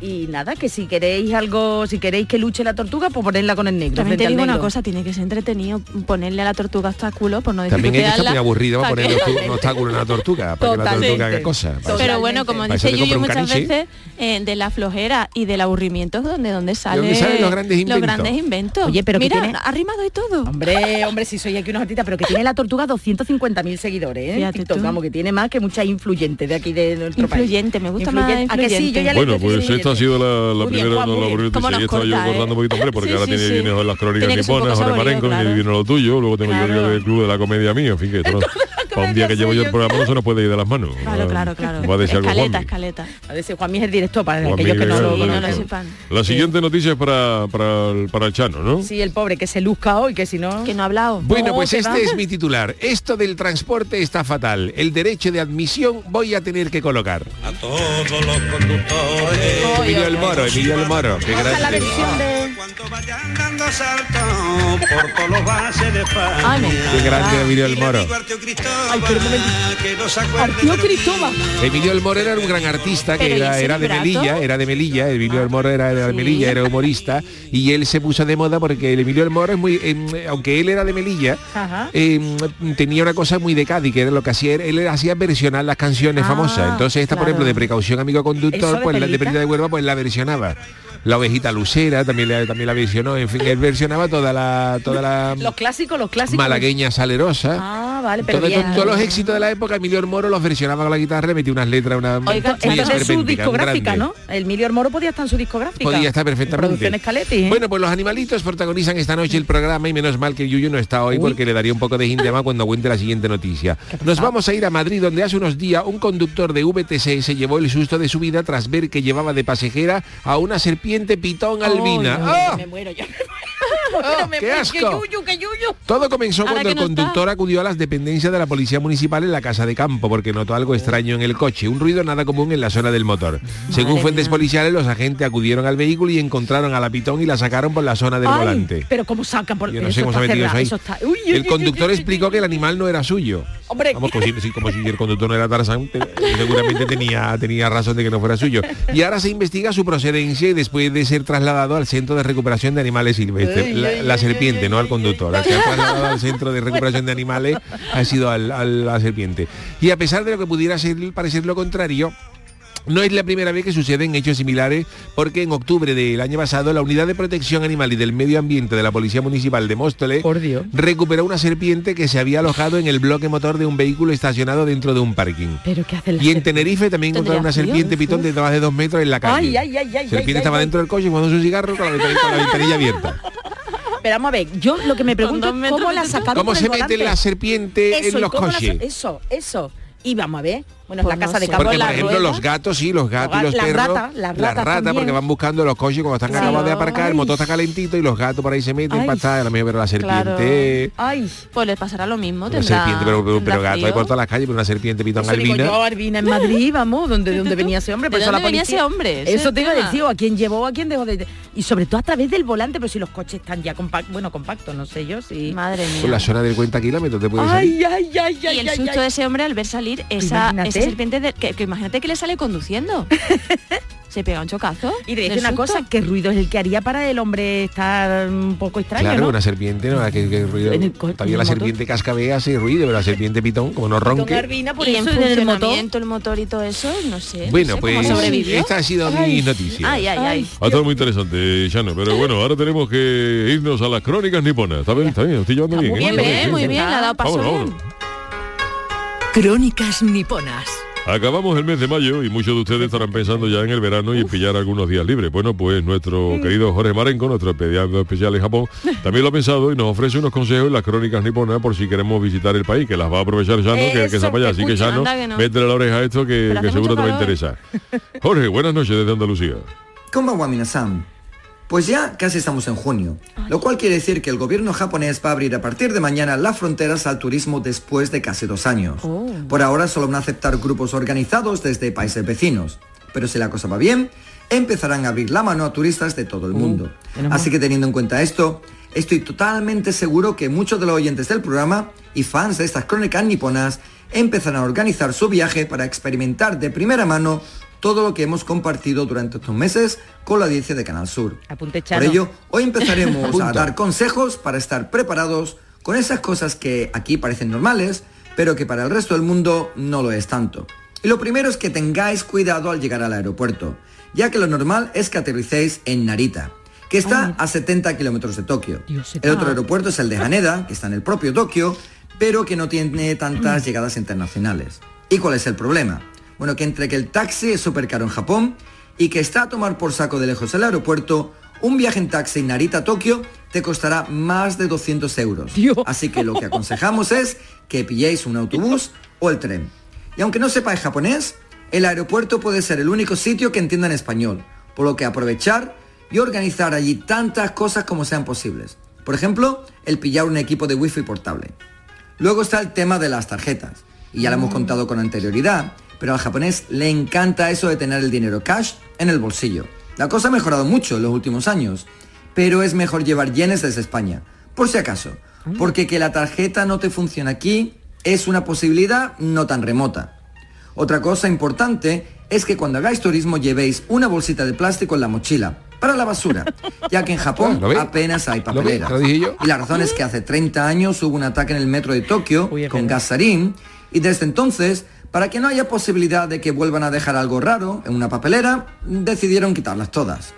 Y nada, que si queréis algo, si queréis que luche la tortuga, pues ponerla con el negro.
También
frente
te
al
digo una
negro.
cosa, tiene que ser entretenido ponerle a la tortuga obstáculos por no decir
También ella está
tutearla,
muy aburrida para
pa' que-
poner un obstáculo en la tortuga, para que la tortuga haga
Totalmente.
cosas. para-
Pero
Totalmente.
bueno, como
Para eso
dice
te compra
Yuyu
un
muchas
caniche.
veces, eh, de la flojera y del aburrimiento es donde, donde sale
salen los grandes inventos.
grandes inventos.
Oye, pero que
Mira,
tiene-
ha rimado y todo.
Hombre, hombre, si soy aquí unos artistas, pero que tiene la tortuga 250.000 seguidores, ¿eh? En
Fíjate
TikTok,
tú.
vamos, que tiene más que muchas influyentes de aquí de nuestro país.
Influyente, me gusta más
¿A que sí? Yo ya le
Bueno,
estoy diciendo
pues esta ha
influyente.
sido la, la
Muy bien,
primera
Juan,
no,
muy
la
bien.
aburrida,
¿Cómo
sí,
nos
estaba yo
corta, eh?
cortando un poquito, hombre, porque
Sí,
ahora
sí,
tiene,
sí.
viene las crónicas
Tiene que ser un
niponas,
poco
Jorge
saborío,
Marenco,
claro.
viene vino lo tuyo, luego tengo yo
Claro.
el club de la comedia mía, en fin, que esto no- para un día que llevo yo el programa no se nos puede ir de las manos.
Claro, claro, claro.
Va a decir algo
Escaleta,
Juanmi.
escaleta.
A ver si Juanmi es el director para
Juanmi,
aquellos que no lo,
claro,
sí,
claro,
no lo
claro.
sepan.
La siguiente noticia es para, para, el- para el Chano, ¿no?
Sí, el pobre que se luzca hoy, que si no...
Que no ha hablado.
Bueno,
No,
pues
que
este
va.
es mi titular. Esto del transporte está fatal. El derecho de admisión voy a tener que colocar.
A todos los conductores.
Emilio el Moro, Emilio el Moro. Qué
la
grande.
versión de...
Cuando vayan dando salto por todos los bases de España.
Ay, me
Qué grande Emilio el
Y le
Moro.
digo a Arteo Cristóbal
Ay, pero un momento.
que no se acuerde
Artio
de mí.
Cristóbal.
Emilio el Moro era un gran artista que
Pero, ¿y
era,
ese
era de
vibrato?
Melilla, era de Melilla, Emilio el Moro era de Melilla, era humorista y él se puso de moda porque el Emilio el Moro es muy, em, aunque él era de Melilla,
Ajá.
em, tenía una cosa muy de Cádiz, que era lo que hacía, él él hacía versionar las canciones
Ah,
famosas. Entonces esta, por
claro.
ejemplo, de precaución amigo
¿Eso
conductor,
de
pues la de
Pelita?
Pelita de Huelva, pues la versionaba. La ovejita lucera también la, también la versionó, en fin, él versionaba toda la, toda la
Los clásicos, los clásicos...
malagueña salerosa.
Ah, vale, pero
Entonces,
bien.
con todos los éxitos de la época, Emilio el Moro los versionaba con la guitarra, le metía unas letras, una
Oiga,
muy
esto es de su
esperpéntica, un
discográfica,
grande.
¿no? El Milior Moro podía estar en su discográfica.
Podía estar perfectamente.
Producciones Caletti, ¿eh?
Bueno, pues los animalitos protagonizan esta noche el programa y menos mal que Yuyu no está hoy porque le daría un poco de gindema cuando cuente la siguiente noticia. Nos vamos a ir a Madrid donde hace unos días un conductor de VTC se llevó el susto de su vida tras ver que llevaba de pasajera a una serpiente pitón albina. ¡Ah!
Me muero yo. Me muero, me
qué
muero.
asco.
¡Qué yuyu, qué yuyu!
Todo comenzó
Ahora
cuando
que
el
no
conductor acudió a las dependencias de la policía municipal en la casa de campo porque notó algo extraño en el coche, un ruido nada común en la zona del motor. Según fuentes
mía.
policiales, los agentes acudieron al vehículo y encontraron a la pitón y la sacaron por la zona del
Ay,
volante.
Pero cómo sacan por
Yo no
eso
sé cómo se ha
está
metido eso
cerrado,
ahí.
eso está- Uy, uy,
el
uy,
conductor
uy, uy,
explicó
uy.
que el animal no era suyo.
Hombre.
Vamos, como si, sí, como si el conductor no era Tarzán, te- seguramente tenía, tenía razón de que no fuera suyo. Y ahora se investiga su procedencia y después de ser trasladado al Centro de Recuperación de Animales Silvestres.
Ay,
La,
ay,
la
ay,
serpiente,
ay,
no
ay,
al conductor. Al que ha trasladado al Centro de Recuperación de Animales ha sido al, al- a la serpiente. Y a pesar de lo que pudiera ser, parecer lo contrario, No es la primera vez que suceden hechos similares porque en octubre del año pasado la Unidad de Protección Animal y del Medio Ambiente de la Policía Municipal de Móstoles
Por Dios.
recuperó una serpiente que se había alojado en el bloque motor de un vehículo estacionado dentro de un parking.
Pero ¿qué hace la
Y en
serpiente?
Tenerife también encontraron una
¿Tendría frío?
serpiente pitón de más de dos metros en la calle.
Ay, ay, ay, ay,
serpiente
ay,
estaba
ay,
dentro del coche fumando su cigarro con la ventanilla, con la ventanilla abierta.
Pero vamos a ver, yo lo que me pregunto
dos
es
metros
cómo
de
la
tu-
sacaron
¿Cómo
por
se
el
mete
volante?
la serpiente
Eso,
en
¿y
los
cómo la sa-
coches?
Eso, eso. Y vamos a ver. Bueno,
Pues
la
no
casa de
sé.
campo
Porque,
la
por ejemplo,
rueda.
los gatos, sí, los gatos y
Los
los
ga- las
perros.
ratas, las ratas también.
porque van buscando los coches cuando están
Sí.
acabados de aparcar, el
Ay.
motor está calentito y los gatos por ahí se meten
Ay.
para estar, a la mejor pero la
Claro.
serpiente.
Ay,
Pues le pasará lo mismo,
Una
tendrá-
serpiente, pero, pero,
tendrá
pero gato hay
frío.
por todas las calles, pero una serpiente pitón
eso digo
albina.
yo, Albina en Madrid, vamos, donde dónde venía ese hombre?
¿De
Por eso
dónde
la
venía
policía-
ese hombre? Ese
Eso te iba a
tema.
decir, o a quién llevó, a quién dejó de... Y sobre todo a través del volante, pero si los coches están ya compactos, bueno, compactos, no sé yo, si...
Madre mía.
Con la zona del 40 kilómetros te puede salir.
Ay, ay, ay, ay,
y el
ay,
susto
ay.
de ese hombre al ver salir esa,
Imagínate.
esa serpiente de- que, que imagínate que le
[LAUGHS]
sale conduciendo. Se pega un chocazo.
Y te
del
dice una
susto.
cosa, ¿qué ruido es el que haría para el hombre estar un poco extraño,
Claro,
no?
una serpiente, ¿no? Que, que ruido.
En el co-
Todavía
en
la
el motor.
serpiente cascabea hace ruido, pero la serpiente pitón, como no
Don
ronque.
Arbina, por
y en
eso en el motor...
funcionamiento, el motor y todo eso, no sé.
Bueno,
no sé
pues
cómo sobrevivió.
esta ha sido mi noticia.
Ay, ay, ay.
Ha estado muy interesante, Shano, pero bueno, ahora tenemos que irnos a las crónicas niponas. ¿Está bien? ¿Está bien? Estoy llevando bien.
Bien,
¿eh?
bien, muy
Sí, sí.
bien, le ha dado paso
Vámonos,
bien.
vámonos.
Crónicas niponas.
Acabamos el mes de mayo y muchos de ustedes estarán pensando ya en el verano y en pillar algunos días libres. Bueno, pues nuestro
Mm.
querido Jorge Marenco, nuestro pediatra especial
[LAUGHS]
en Japón, también lo ha pensado y nos ofrece unos consejos en las crónicas niponas por si queremos visitar el país, que las va a aprovechar Shano, que, que
Eso,
se va allá. Así que
escucha,
Shano,
anda que no.
métele la oreja a esto que,
Pero
que
hace
seguro te
mucho
va a
calor.
interesar.
[LAUGHS]
Jorge, buenas noches desde Andalucía.
Konbanwa san Pues ya casi estamos en junio, lo cual quiere decir que el gobierno japonés va a abrir a partir de mañana las fronteras al turismo después de casi dos años. Por ahora solo van a aceptar grupos organizados desde países vecinos, pero si la cosa va bien, empezarán a abrir la mano a turistas de todo el mundo. Así que teniendo en cuenta esto, estoy totalmente seguro que muchos de los oyentes del programa y fans de estas crónicas niponas empezarán a organizar su viaje para experimentar de primera mano todo lo que hemos compartido durante estos meses con la audiencia de Canal Sur.
Apunte,
Por
Chano.
ello,
[LAUGHS]
hoy empezaremos
Apunta.
a dar consejos para estar preparados con esas cosas que aquí parecen normales, pero que para el resto del mundo no lo es tanto. Y lo primero es que tengáis cuidado al llegar al aeropuerto, ya que lo normal es que aterricéis en Narita, que está a 70 kilómetros de Tokio.
Dios,
El otro aeropuerto es el de Haneda, que está en el propio Tokio, pero que no tiene
Mm.
tantas llegadas internacionales. ¿Y cuál es el problema? Bueno, que entre que el taxi es súper caro en Japón y que está a tomar por saco de lejos el aeropuerto, un viaje en taxi Narita a Tokio te costará más de 200 euros.
Dios.
Así que lo que aconsejamos es que pilléis un autobús o el tren. Y aunque no sepáis japonés, el aeropuerto puede ser el único sitio que entienda en español, por lo que aprovechar y organizar allí tantas cosas como sean posibles. Por ejemplo, el pillar un equipo de wifi portable. Luego está el tema de las tarjetas, y ya lo
Mm.
hemos contado con anterioridad, pero al japonés le encanta eso de tener el dinero cash en el bolsillo. La cosa ha mejorado mucho en los últimos años, pero es mejor llevar yenes desde España, por si acaso,
Mm.
porque que la tarjeta no te funcione aquí es una posibilidad no tan remota. Otra cosa importante es que cuando hagáis turismo llevéis una bolsita de plástico en la mochila para la basura, ya
[LAUGHS]
que en Japón
¿Lo ve?
apenas hay
¿Lo ve?
papelera.
Te lo dije yo.
Y la razón es que hace 30 años hubo un ataque en el metro de Tokio
Uy, es
con
verdad.
gasarín y desde entonces, para que no haya posibilidad de que vuelvan a dejar algo raro en una papelera, decidieron quitarlas todas.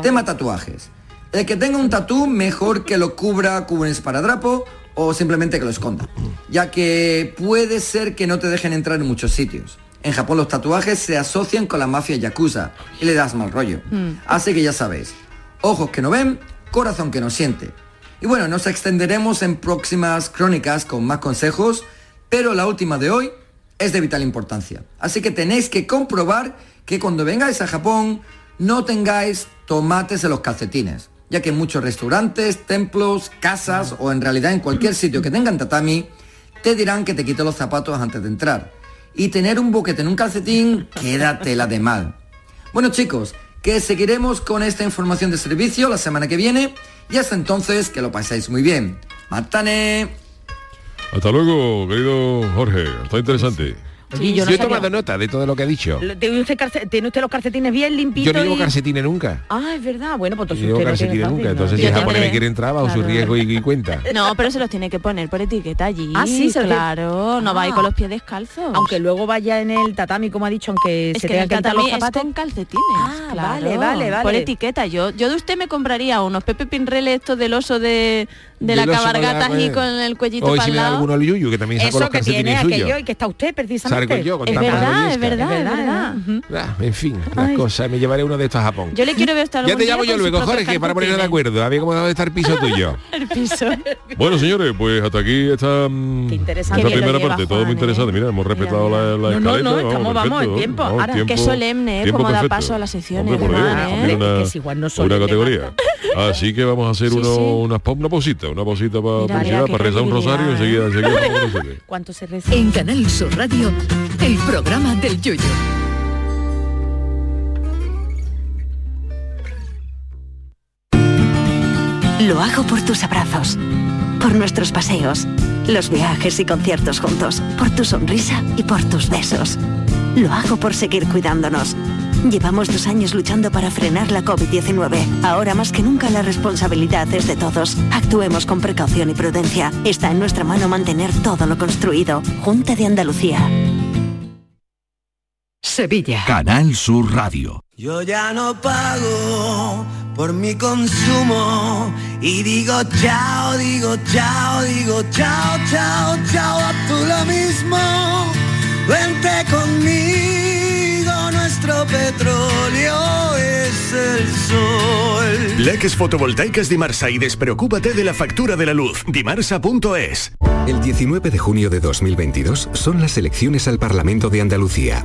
Tema tatuajes. El que tenga un tatú, mejor que lo cubra con un esparadrapo o simplemente que lo esconda, ya que puede ser que no te dejen entrar en muchos sitios. En Japón los tatuajes se asocian con la mafia yakuza y le das mal rollo. Así que ya sabéis, ojos que no ven, corazón que no siente. Y bueno, nos extenderemos en próximas crónicas con más consejos, pero la última de hoy es de vital importancia. Así que tenéis que comprobar que cuando vengáis a Japón no tengáis tomates en los calcetines, ya que en muchos restaurantes, templos, casas o en realidad en cualquier sitio que tengan tatami, te dirán que te quite los zapatos antes de entrar. Y tener un boquete en un calcetín, quédatela de mal. Bueno chicos, que seguiremos con esta información de servicio la semana que viene y hasta entonces que lo paséis muy bien. ¡Matane!
Hasta luego, querido Jorge. Está interesante.
Oye, yo
Yo,
no
he
sabía-
tomado nota de todo lo que ha dicho.
Lo- ¿Tiene usted, calce- tiene usted los calcetines bien
Yo
limpitos?
no llevo
y-
calcetines nunca.
Ah, es verdad. Bueno, pues
Yo
entonces usted lo
llevo
tiene
calcetines
fácil,
nunca.
¿no?
Entonces, si
Yo
el japonés
tendré-
me quieren traba o su
Claro.
riesgo y, y
[LAUGHS]
cuenta.
No, pero se los tiene que poner por etiqueta allí.
Ah, sí, se los
claro.
tiene-
No va a ir
Ah.
con los pies descalzos.
Aunque luego vaya en el tatami, como ha dicho, aunque
es
se
que
tenga
el
que quitar los
tatami es
zapatos.
con calcetines.
Ah,
claro.
vale, vale, vale.
Por etiqueta. Yo, yo de usted me compraría unos Pepe Pinreles estos del oso de, de
Del
la
oso para
cabargata
la-
así con el cuellito
Hoy
para
si
el
me da
lado.
alguno el yuyu, que también saco los
Eso que tiene
calcetines
aquello y
suyos.
que está usted precisamente.
Salgo yo con
Es
tapa de
verdad, es
yesca.
verdad, es
Es verdad,
verdad.
¿no?
Ujú.
Ah, en fin, las cosas. Me llevaré uno de estos a Japón.
Yo le quiero ver hasta
Ya te llamo yo luego, Jorge, para ponernos de acuerdo. A ver cómo debe estar el piso
[LAUGHS]
tuyo.
El piso.
Bueno, señores, pues hasta aquí está
Qué
mm, esta
interesante. Qué bien
primera
lo lleva,
parte. todo muy
Juan,
interesante.
¿eh?
Mira, hemos
Mira,
respetado la, la
No, no,
escaleta.
no, estamos- vamos
perfecto,
en tiempo.
vamos,
Ahora,
qué solemne, ¿eh?
tiempo
cómo da
perfecto.
paso a las sesiones, ¿eh?
Hombre, por Dios,
Juan,
hombre,
hombre,
una,
que si Juan no soy
una
el que
categoría. Así que vamos a hacer
[LAUGHS] Sí,
uno,
sí.
Una, po- una pausita, una pausita para
Mira, mira, qué
para rezar un rosario
credibilidad,
enseguida.
[LAUGHS]
enseguida vamos a hacer.
¿Cuánto se reza?
En Canal Sur Radio, el programa del Yoyo.
Lo hago por tus abrazos, por nuestros paseos, los viajes y conciertos juntos, por tu sonrisa y por tus besos. Lo hago por seguir cuidándonos. Llevamos dos años luchando para frenar la COVID-19. Ahora más que nunca la responsabilidad es de todos. Actuemos con precaución y prudencia. Está en nuestra mano mantener todo lo construido. Junta de Andalucía.
Sevilla.
Canal Sur Radio.
Yo ya no pago por mi consumo y digo chao, digo chao, digo chao, chao, chao, a tú lo mismo. Vente conmigo, nuestro petróleo es el sol.
Leques fotovoltaicas Dimarsa y despreocúpate de la factura de la luz. Dimarsa.es.
El 19 de junio de 2022 son las elecciones al Parlamento de Andalucía.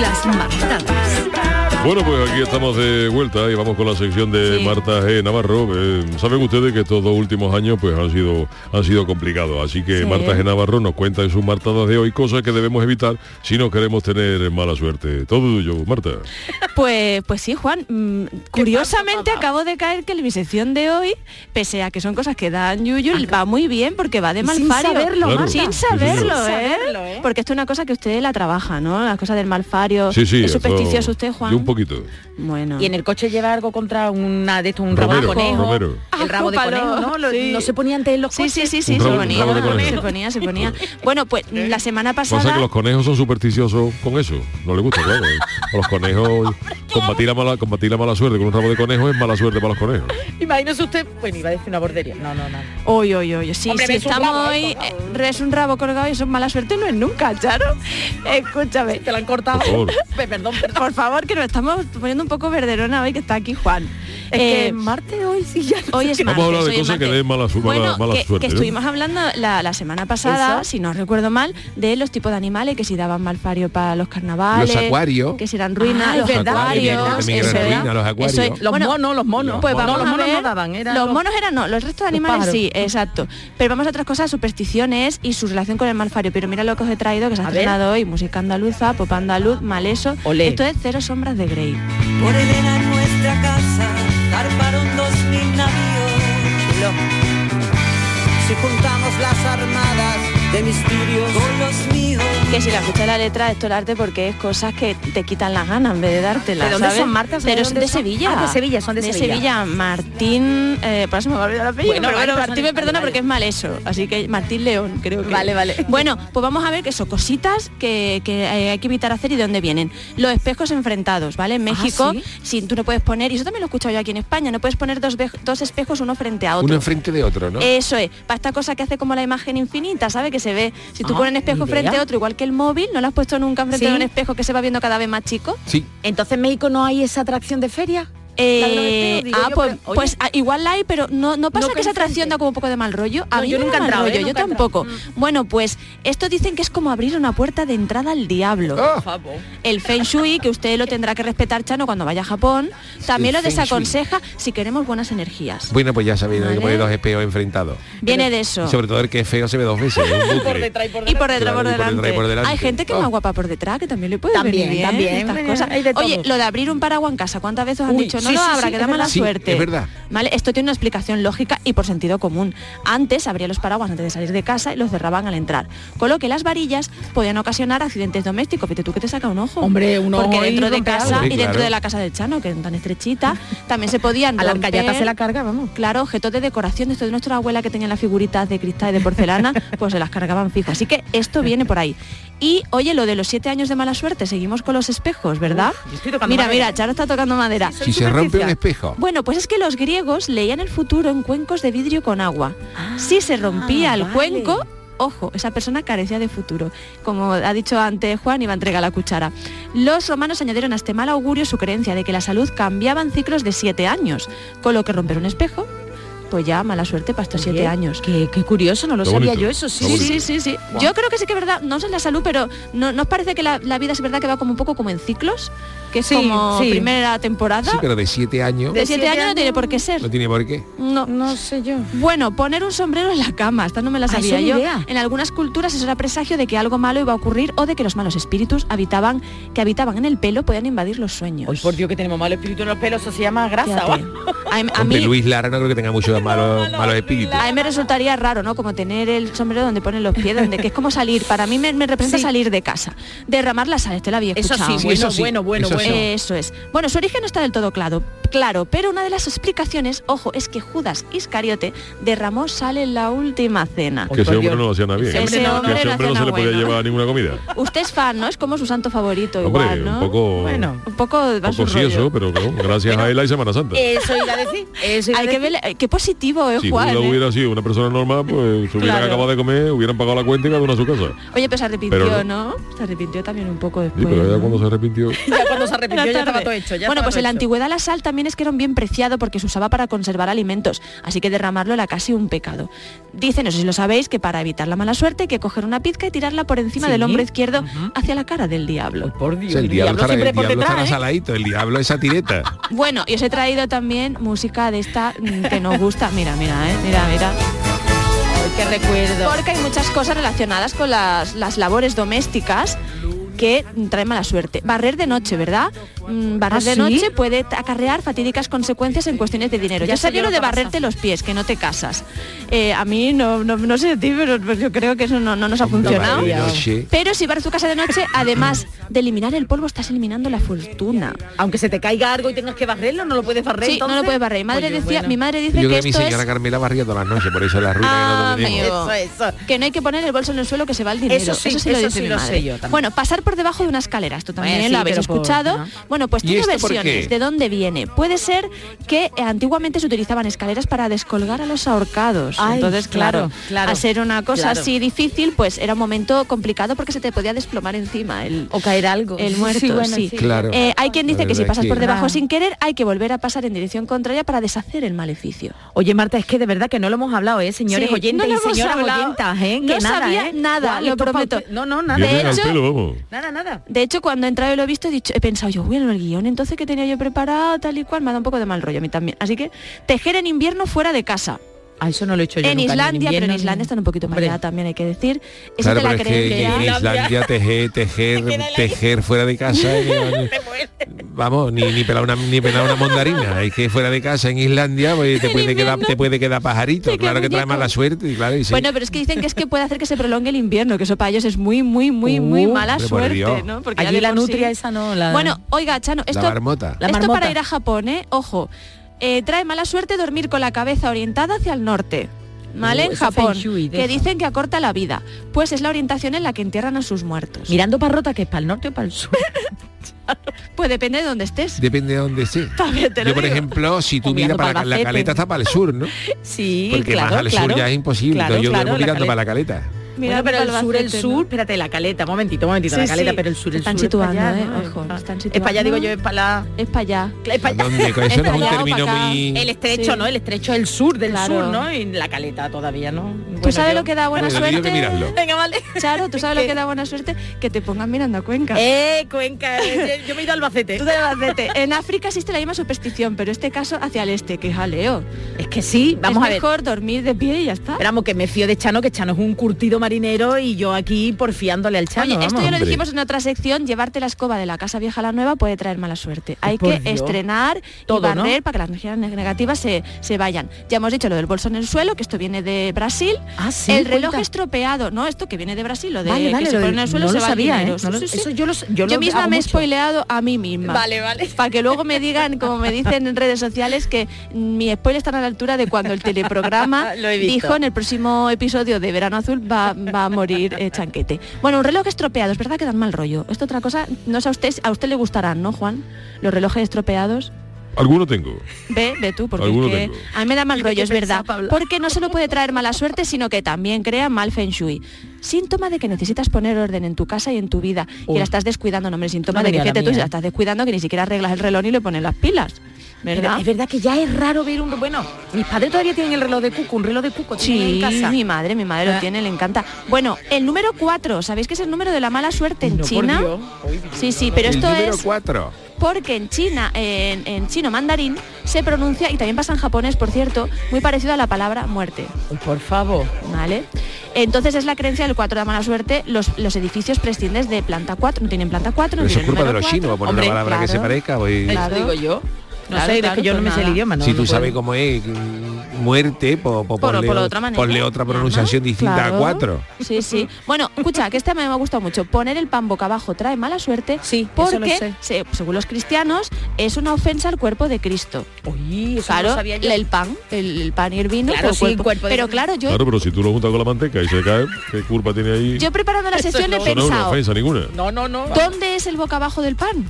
Las martadas.
Bueno, pues aquí estamos de vuelta y vamos con la sección de Marta G. Navarro. Eh, saben ustedes que estos dos últimos años pues han sido han sido complicados, así que
Sí.
Marta G. Navarro nos cuenta en sus martadas de hoy cosas que debemos evitar si no queremos tener mala suerte. Todo tuyo, Marta.
[LAUGHS] Pues, pues sí, Juan. mm, Curiosamente acabo de caer que mi sección de hoy, pese a que son cosas que dan Yuyu, va muy bien porque va de
Y
mal
sin saberlo, Claro. Marta.
Sin
Sí, sí, sí.
saberlo,
Sin
¿eh?
saberlo, ¿eh?
Porque esto es una cosa que usted la trabaja, ¿no? La cosa del malfario.
Sí, sí.
¿Es
eso-
supersticioso usted,
yo
Juan?
un poquito.
Bueno.
Y en el coche lleva algo contra una de estos, un
Romero,
rabo de conejo.
Romero.
El rabo de
Acúpalo.
conejo, ¿no? Lo-
Sí.
No se ponía antes en los
Sí, sí,
coches.
sí, sí,
Un
se
rabo- un
ponía,
rabo de conejo.
se ponía, se ponía. Bueno, pues la semana
Pasa que
pasada [LAUGHS]
los conejos son supersticiosos con eso. No le gusta, claro. Los conejos, combatir la, mala, combatir la mala suerte con un rabo de conejo es mala suerte para los conejos.
Imagínese usted, bueno, iba a decir una bordería. No, no, no.
Oye, oye, oye, sí,
Hombre,
sí,
ves un
estamos
rabo,
hoy, eh, es un rabo colgado y eso es mala suerte, no es nunca,
[LAUGHS]
Charo. Escúchame. Te
lo han cortado. Eh,
Por favor.
perdón,
Por favor, que nos estamos poniendo un poco verderona hoy que está aquí Juan. Eh,
Es que es martes hoy sí ya.
Hoy es
Vamos a hablar
martes,
de
hoy es
cosas que
martes.
den mala, su- mala-
Bueno,
mala
que,
suerte.
que
¿no?
estuvimos hablando la, la semana pasada,
Eso.
si no recuerdo mal, de los tipos de animales que si daban mal fario para los carnavales.
Los acuarios.
Que si eran ruinas,
Ah,
los
los acuarios,
acuarios.
también eran
eso era.
ruinas, los acuarios.
Eso es.
Los
monos, los monos.
Pues
Los monos. No,
vamos
los
a
monos no
ver-
daban, eran
los
los-
monos eran no, los restos de
los
animales
pájaros.
sí, exacto. Pero vamos a otras cosas, supersticiones y su relación con el mal fario. Pero mira lo que os he traído, que se ha
A ver.
estrenado hoy, música andaluza, pop andaluz, maleso.
Olé.
Esto es Cero Sombras de Grey.
Por Elena nuestra casa zarparon dos mil navíos.
Si juntamos las armadas de misterios con los míos. Que si la escuchas la letra, esto es arte porque es cosas que te quitan las ganas en vez de dártelas.
¿De dónde
¿sabes?
son, Marta? ¿Sabes
Pero
dónde
son de
son?
Sevilla.
Ah, de Sevilla, son de Sevilla.
Martín. Eh, por eso me va a olvidar el apellido.
Bueno,
pero
vale,
bueno,
pues
Martín me perdona porque es mal eso. Así que Martín León, creo que.
Vale, vale.
Bueno, pues vamos a ver que son cositas que, que, eh, hay que evitar hacer y de dónde vienen. Los espejos enfrentados, ¿vale? En México,
Ah, ¿sí?
si tú no puedes poner, y eso también lo he escuchado yo aquí en España, no puedes poner dos, ve- dos espejos uno frente a otro.
Uno enfrente de otro, ¿no?
Eso es, para esta cosa que hace como la imagen infinita, ¿sabe? Que se ve. Si tú
Ah,
pones un espejo
ni
frente
idea.
a otro, igual que el móvil, ¿no lo has puesto nunca frente
Sí.
a un espejo que se va viendo cada vez más chico?
Sí.
Entonces en México no hay esa atracción de feria.
La de los espejos, digo
ah,
yo,
pues,
pero, oye.
pues, ah, igual la hay, pero no, no pasa
No
que esa atracción da como un poco de mal rollo. A
No,
mí
yo
me da
nunca he
mal
entrado, ¿eh?
rollo, yo
Nunca he
tampoco. Bueno, pues esto dicen que es como abrir una puerta de entrada al diablo.
Ah.
El Feng Shui, que usted lo tendrá que respetar, Chano, cuando vaya a Japón, también
El
lo
feng shui.
desaconseja si queremos buenas energías.
Bueno, pues ya sabéis, hay que
Vale.
poner dos espejos enfrentados.
Viene de eso.
Y sobre todo el que es feo se ve dos veces.
[LAUGHS]
es un bucle.
detrás y por delante.
Claro, y por detrás y por delante. Oh.
Hay gente que es más guapa por detrás, que también le puede
También,
venir bien
también,
estas
eh,
cosas.
hay de todo.
Oye, lo de abrir un paraguas en casa, ¿cuántas veces os han
Uy,
dicho? No
sí,
lo
sí,
abra,
sí,
que
es
da mala
verdad. Sí,
suerte.
es verdad.
¿Vale? Esto tiene una explicación lógica y por sentido común. Antes abría los paraguas antes de salir de casa y los cerraban al entrar. Con lo que las varillas podían ocasionar accidentes domésticos. Fíjate tú que te saca un ojo.
Hombre, un
Porque
ojo y
dentro de
rompe algo.
casa
Sí,
y dentro
claro.
de la casa del Chano, que es tan estrechita, también se
[LAUGHS]
podían
A la arcayata
romper-
se la carga, vamos.
Claro, objetos de decoración, esto de nuestra abuela que tenía las figuritas de cristal y de
[LAUGHS]
porcelana, pues se las cargaban fijo. Así que esto viene por ahí. Y oye, lo de los siete años de mala suerte, seguimos con los espejos, ¿verdad?
tocando
mira,
madera.
mira, Charo está tocando madera.
Si se rompe un espejo.
Bueno, pues es que los griegos leían el futuro en cuencos de vidrio con agua. si se rompía el cuenco, ojo, esa persona carecía de futuro. Como ha dicho antes Juan, iba a entregar la cuchara. Los romanos añadieron a este mal augurio su creencia de que la salud cambiaba en ciclos de siete años, con lo que romper un espejo, pues ya mala suerte para estos siete años.
Qué, qué curioso, no lo
Está
sabía
bonito,
yo eso, sí.
está bonito. sí, sí. Yo creo que sí que es verdad, no sé la salud, pero ¿no, ¿no os parece que la, la vida es verdad que va como un poco como en ciclos? Que es
Sí,
como
sí.
primera temporada.
Sí, pero de siete años.
De siete años no tiene por qué ser.
No tiene por qué.
No. No sé yo. Bueno, poner un sombrero en la cama, esta no me la
Ah,
sabía
eso ni
yo.
idea.
En algunas culturas eso era presagio de que algo malo iba a ocurrir o de que los malos espíritus habitaban, que habitaban en el pelo podían invadir los sueños.
Hoy por Dios que tenemos mal espíritu en los pelos, eso se llama grasa.
Fíjate. A, a
Hombre,
mí,
Luis Lara no creo que
[LAUGHS]
tenga muchos malos, malos espíritus.
a mí me resultaría raro, ¿no? Como tener el sombrero donde ponen los pies, donde que es como salir. Para mí me, me representa salir de casa. Derramar la sal, este la había
Eso sí,
escuchado.
Sí, bueno, eso sí, bueno, bueno, eso sí. bueno.
Eso es. Bueno, su origen no está del todo claro, claro, pero una de las explicaciones, ojo, es que Judas Iscariote derramó sal en la última cena.
Que ese hombre no lo hacía nada bien.
Ese hombre
que ese
no
hombre no
hacía
se le
nada
podía
bueno.
llevar ninguna comida.
Usted es fan, ¿no? Es como su santo favorito,
Hombre,
igual,
un
¿no?
poco- Bueno.
un poco, va
Poco
su
sí
rollo. Eh,
eso, pero claro, gracias a él hay Semana Santa.
Eso iba a decir. Hay que ver, eh, qué positivo es
Si
Juan.
Judas
¿eh?
hubiera sido una persona normal, pues se hubieran
Claro.
acabado de comer, hubieran pagado la cuenta y cada uno a su casa.
Oye, pues se arrepintió,
Pero
¿no? Se arrepintió también un poco
Sí,
después.
pero ella
¿no?
cuando se arrepintió.
Ya cuando se
Era
arrepintió ya estaba
tarde.
todo hecho. ya
bueno,
estaba
pues en la
todo hecho.
antigüedad la sal también es que era un bien preciado porque se usaba para conservar alimentos, así que derramarlo era casi un pecado. Dice, no sé si lo sabéis, que para evitar la mala suerte hay que coger una pizca y tirarla por encima
Sí.
del hombro izquierdo hacia la cara del diablo.
Pues
O sea, el diablo, estará, el diablo
¿eh?
estará saladito, el diablo es satireta.
[LAUGHS] Bueno, y os he traído también música de esta mm, que nos gusta. Mira, mira, eh, mira, mira.
Qué recuerdo.
Porque hay muchas cosas relacionadas con las, las labores domésticas que traen mala suerte. Barrer de noche, ¿verdad? Mm, Barrer
¿Ah,
de
sí?
noche puede t- acarrear fatídicas consecuencias en cuestiones de dinero.
Ya
Ya,
sé
sabía
yo
lo
lo
de
que pasa.
barrerte los pies, que no te casas. Eh, a mí no, no, no sé a ti, pero pues, yo creo que eso no, no nos ha funcionado.
barrer de noche.
Pero si barres tu casa de noche, además de eliminar el polvo, estás eliminando la fortuna.
Aunque se te caiga algo y tengas que barrerlo, no lo puedes barrer.
Sí, no lo
entonces?
puedes barrer. Mi madre
Oye,
decía,
bueno.
mi madre dice
Yo
que
creo que mi
esto es Ah,
señora Carmela barría todas las noches, por eso la ruina que nosotros tenemos.
Amigo, Que no hay que poner el bolso en el suelo que se va el dinero.
Eso sí,
lo
eso
dice
sí
mi
lo
madre.
sé yo también.
Bueno, pasar por por debajo de una escalera. Esto también
Bueno, sí,
lo habéis
pero por-
escuchado.
¿no?
Bueno, pues
¿Y
tiene
esto por qué?
versiones. ¿De dónde viene? Puede ser que eh, antiguamente se utilizaban escaleras para descolgar a los ahorcados.
Ay,
Entonces, claro,
claro, claro,
al ser una cosa
claro.
así difícil, pues era un momento complicado porque se te podía desplomar encima el o caer algo. El muerto,
Sí,
sí.
bueno, sí. Claro.
Eh, hay quien dice
La
que si
verdad
pasas
que-
por debajo
Ah.
sin querer, hay que volver a pasar en dirección contraria para deshacer el maleficio.
Oye, Marta, es que de verdad que no lo hemos hablado, ¿eh? Señores
Sí,
oyentes
no lo
y
hemos
señoras
hablado.
oyentas, ¿eh?
No
que nada,
sabía
¿eh?
nada,
Guau,
lo
esto es pa-
prometo.
No, no, nada.
Vienen al pelo, vamos.
Nada, nada.
De hecho, cuando he entrado en el visto, he, dicho, he pensado yo, bueno, el guión entonces que tenía yo preparado, tal y cual, me ha dado un poco de mal rollo a mí también. Así que, tejer en invierno fuera de casa.
Ah, eso no lo he hecho yo
en
nunca, ni
Islandia, pero en
invierno,
Islandia están un poquito más allá también, hay que decir. Eso
Claro,
te la
pero es que
creencia.
en Islandia tejer, tejer, tejer fuera de casa.
[LAUGHS]
eh, Vamos, ni, ni pelar una ni pelar una mandarina. Es que fuera de casa en Islandia pues, te puede quedar te puede quedar pajarito. Claro que trae mala suerte y claro y sí.
Bueno, pero es que dicen que es que puede hacer que se prolongue el invierno, que eso para ellos es muy, muy, muy, muy
Uh,
mala
hombre, por
suerte,
Dios.
¿no? Porque
Allí
ya de
la
por sí-
nutria
esa no, la-
Bueno, oiga, Chano,
La
esto,
marmota. La
esto
marmota.
para ir a Japón, ¿eh? Ojo, eh, trae mala suerte dormir con la cabeza orientada hacia el norte. ¿Vale?
Uh, eso
en
es
Japón,
feng shui, de
que
eso.
dicen que acorta la vida. Pues es la orientación en la que entierran a sus muertos.
Mirando para Rota, que es para el norte o para el
[LAUGHS]
sur.
Pues depende de dónde estés.
Depende de dónde estés.
[LAUGHS] También te lo
Yo, por
digo.
ejemplo, si tú
O mirando
miras para la,
para
la
Albacete.
caleta está para el sur, ¿no?
Sí,
Porque
claro,
más al
claro.
sur ya es imposible.
Claro,
Entonces yo
claro,
duermo
la caleta.
mirando para la caleta.
Bueno, pero el
Mirando
sur, el
Albacete,
sur, espérate, la caleta, momentito, momentito, la
Sí,
caleta,
sí,
pero el sur, el
están
sur. es pa'
situando,
allá,
¿eh?
¿no? Es
Ojo,
pa-
están
Es para allá, digo
situando.
yo, es para la...
Es para allá.
Es pa' allá.
[LAUGHS]
¿Dónde? Eso no es un
pa' allá o
término
pa' acá.
muy-
El estrecho,
Sí.
¿no? El estrecho es el sur del
Claro.
sur, ¿no? Y la caleta todavía, ¿no? ¿Tú
sabes lo que da buena Bueno,
suerte? mirarlo.
Venga, vale.
Charo, ¿tú sabes lo que da buena suerte? Que te pongan mirando a Cuenca.
¡Eh, Cuenca! eh, Yo me he ido a Albacete.
Tú de Albacete. En África existe la misma superstición, pero este caso hacia el este, que jaleo.
Es que sí, vamos
Es
a ver.
mejor dormir de pie y ya está.
Esperamos que me fío de Chano, que Chano es un curtido marinero y yo aquí porfiándole al Chano.
Oye, esto
vamos.
ya lo dijimos en otra sección, llevarte la escoba de la casa vieja a la nueva puede traer mala suerte. Hay
Por
que
Dios.
estrenar
Todo,
y barrer
¿no?
para que las energías ne- negativas se, se vayan. Ya hemos dicho lo del bolso en el suelo, que esto viene de Brasil.
Ah, sí,
el reloj
cuenta.
estropeado, no, esto que viene de Brasil, lo de
Vale, vale,
que se
lo
pone
de-
en el suelo
no
se
lo
va el
sabía,
dinero.
¿eh? No lo-
Sí, sí, sí.
eso yo lo- yo lo
misma
hago
me he
mucho.
spoileado a mí misma.
Vale, vale.
[LAUGHS] Para que luego me digan, como me dicen en redes sociales, que mi spoiler está a la altura de cuando el teleprograma
[LAUGHS] Lo he visto.
dijo en el próximo episodio de Verano Azul va, va a morir eh, Chanquete. Bueno, un reloj estropeado, es verdad que dan mal rollo. Esto otra cosa, no sé a usted, a usted le gustarán, ¿no, Juan? Los relojes estropeados.
Alguno tengo.
Ve, ve tú, porque es
Alguno
que
tengo.
a mí me da mal
Mira
rollo,
qué
es verdad.
pensaba hablar.
Porque no solo puede traer mala suerte, sino que también crea mal feng shui. Síntoma de que necesitas poner orden en tu casa y en tu vida. Y
Uy.
la estás descuidando, no, hombre, síntoma
No me
de que
diga la
fíjate tú,
mía,
si
¿eh?
la estás descuidando, que ni siquiera arreglas el reloj ni le pones las pilas. ¿Verdad?
Es verdad que ya es raro ver un... Bueno, mis padres todavía tienen el reloj de cuco, un reloj de cuco. tienen
Sí,
en casa.
mi madre, mi madre
Ah.
lo tiene, le encanta. Bueno, el número 4, ¿sabéis que es el número de la mala suerte en
No, por
China?
Dios.
Sí, sí, pero
el
esto
número
es
cuatro.
porque en China, en, en chino mandarín, se pronuncia, y también pasa en japonés, por cierto, muy parecido a la palabra muerte.
Por favor.
¿Vale? Entonces es la creencia del 4 de la mala suerte, los, los edificios prescindes de planta 4, no tienen planta 4,
Pero
no
eso es
tienen
culpa de
número
los chinos,
4.
poner una palabra que se parezca. pues-
Claro.
Eso digo yo. No
Claro,
sé, es
claro,
que yo no
pues
me sé el
nada.
idioma, ¿no?
si
no
tú
puedo.
sabes cómo es mm, muerte, po, po-
Por-
ponle,
por otra manera,
ponle otra pronunciación distinta
Claro.
a cuatro.
Sí, sí. Bueno, escucha, que este me ha gustado mucho. Poner el pan boca abajo trae mala suerte sí,
eso lo
porque,
sé.
se- según los cristianos, es una ofensa al cuerpo de Cristo.
eso
claro,
no lo sabía yo.
el pan, el, el pan y el vino,
Claro,
por
sí, cuerpo de
pero
Cristo.
claro, yo,
Claro, pero si tú lo juntas con la manteca y se cae, ¿qué culpa tiene ahí?
yo preparando la
Eso
sesión
no.
he
Eso no es una
pensado,
ofensa ninguna.
No, no, no.
¿dónde es el boca abajo del pan?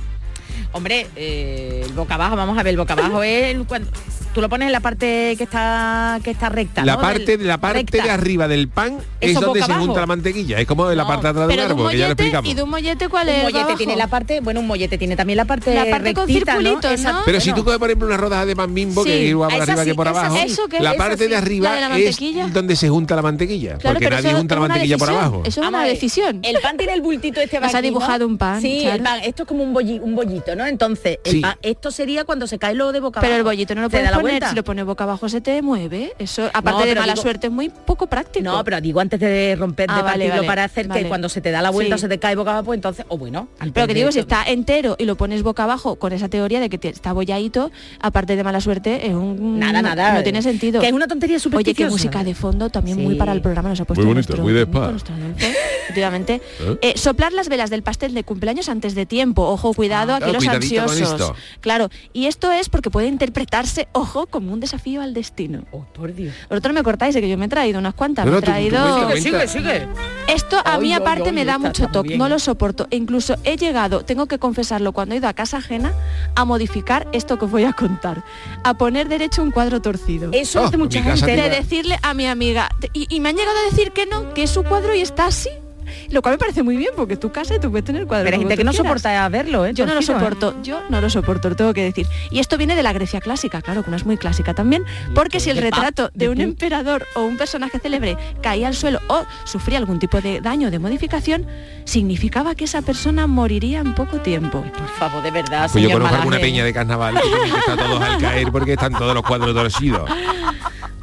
Hombre, eh, el boca abajo, vamos a ver, el boca abajo es el- cuando tú lo pones en la parte que está que está recta,
La
¿no?
parte,
Del-
la parte
recta.
de arriba del pan es
Eso
donde
boca
se
abajo.
junta la mantequilla. Es como de la parte de atrás de un
pero de un
árbol, que ya lo
mollete
explicamos.
y de un mollete cuál
un
es el
mollete
abajo?
tiene la parte, bueno, un mollete tiene también la parte
La parte con
rectita,
circulito,
Esa-
¿no?
Pero si
bueno,
tú coges, por ejemplo, una rodaja de pan bimbo, que
Sí,
es igual por
esa
arriba
sí,
que por
esa
abajo,
sí. ¿Eso qué?
la
Esa
parte
sí.
de
La
arriba
de la
es
mantequilla.
donde se junta la mantequilla.
Claro,
porque
pero
nadie
eso es
junta la
una
mantequilla por
decisión,
abajo.
eso es
Vamos
una
a ver,
decisión.
[LAUGHS] El pan tiene el bultito este
[LAUGHS] Nos ha
aquí, ¿no?
dibujado un pan,
Sí, el
claro.
pan. Esto es como un, bolli- un bollito, ¿no? Entonces, el
Sí.
pan- esto sería cuando se cae lo de boca
Pero el
abajo.
bollito no lo
¿Te
puedes
da la
poner,
vuelta?
si lo pones boca abajo se te mueve. Eso, aparte de
pero
mala
digo-
suerte, es muy poco práctico.
No, pero digo antes de romper, de
pues. Ah, vale,
partirlo
vale,
para hacer
vale.
que cuando se te da la vuelta o
Sí.
se te cae boca abajo, pues entonces, o bueno, al
Pero que
perder
digo, si
todo-
está entero y lo pones boca abajo con esa teoría de que te- está bolladito, aparte de mala suerte, es un...
Nada,
no-
nada.
No tiene sentido.
Que es una tontería
Oye, que
supersticiosa.
música de fondo también
Sí.
muy para el programa nos ha puesto
Muy bonito,
nuestro-
muy de spa.
nuestro Adolfo, efectivamente.
¿Eh?
Eh, soplar las velas del pastel de cumpleaños antes de tiempo. Ojo, cuidado, aquí
Ah,
los
cuidadito con
ansiosos.
esto.
Claro, y esto es porque puede interpretarse, ojo, ojo, como un desafío al destino. Vosotros me cortáis, de que yo me he traído unas cuantas.
No, no,
me he
tú- tú
traído...
cuenta, Sigue, cuenta. sigue, sigue.
Esto a
Oy,
mí
oy,
aparte
oy,
me da
está- está
mucho
muy
toque,
bien.
no lo soporto. E incluso he llegado, tengo que confesarlo, cuando he ido a casa ajena, a modificar esto que os voy a contar. A poner derecho un cuadro torcido.
Eso Oh, hace mucha mi casa gente.
De
tiene-
decirle a mi amiga, te- y, y me han llegado a decir que no, que es su cuadro y está así. Lo cual me parece muy bien, porque es tu casa y tú puedes tener cuadro.
Pero hay
como
gente
tú
que no
quieras.
soporta verlo, ¿eh?
Yo no lo
Torcido, ¿eh?
soporto, yo no lo soporto, lo tengo que decir. Y esto viene de la Grecia clásica, claro, que una es muy clásica también, porque si el
de pap,
retrato de
de
un
pu-
emperador o un personaje célebre caía al suelo o sufría algún tipo de daño o de modificación, significaba que esa persona moriría en poco tiempo.
Por favor, de verdad,
Pues yo
señor
conozco alguna
Malaje.
peña de carnaval que tienen que estar todos al caer porque están todos los cuadros torcidos.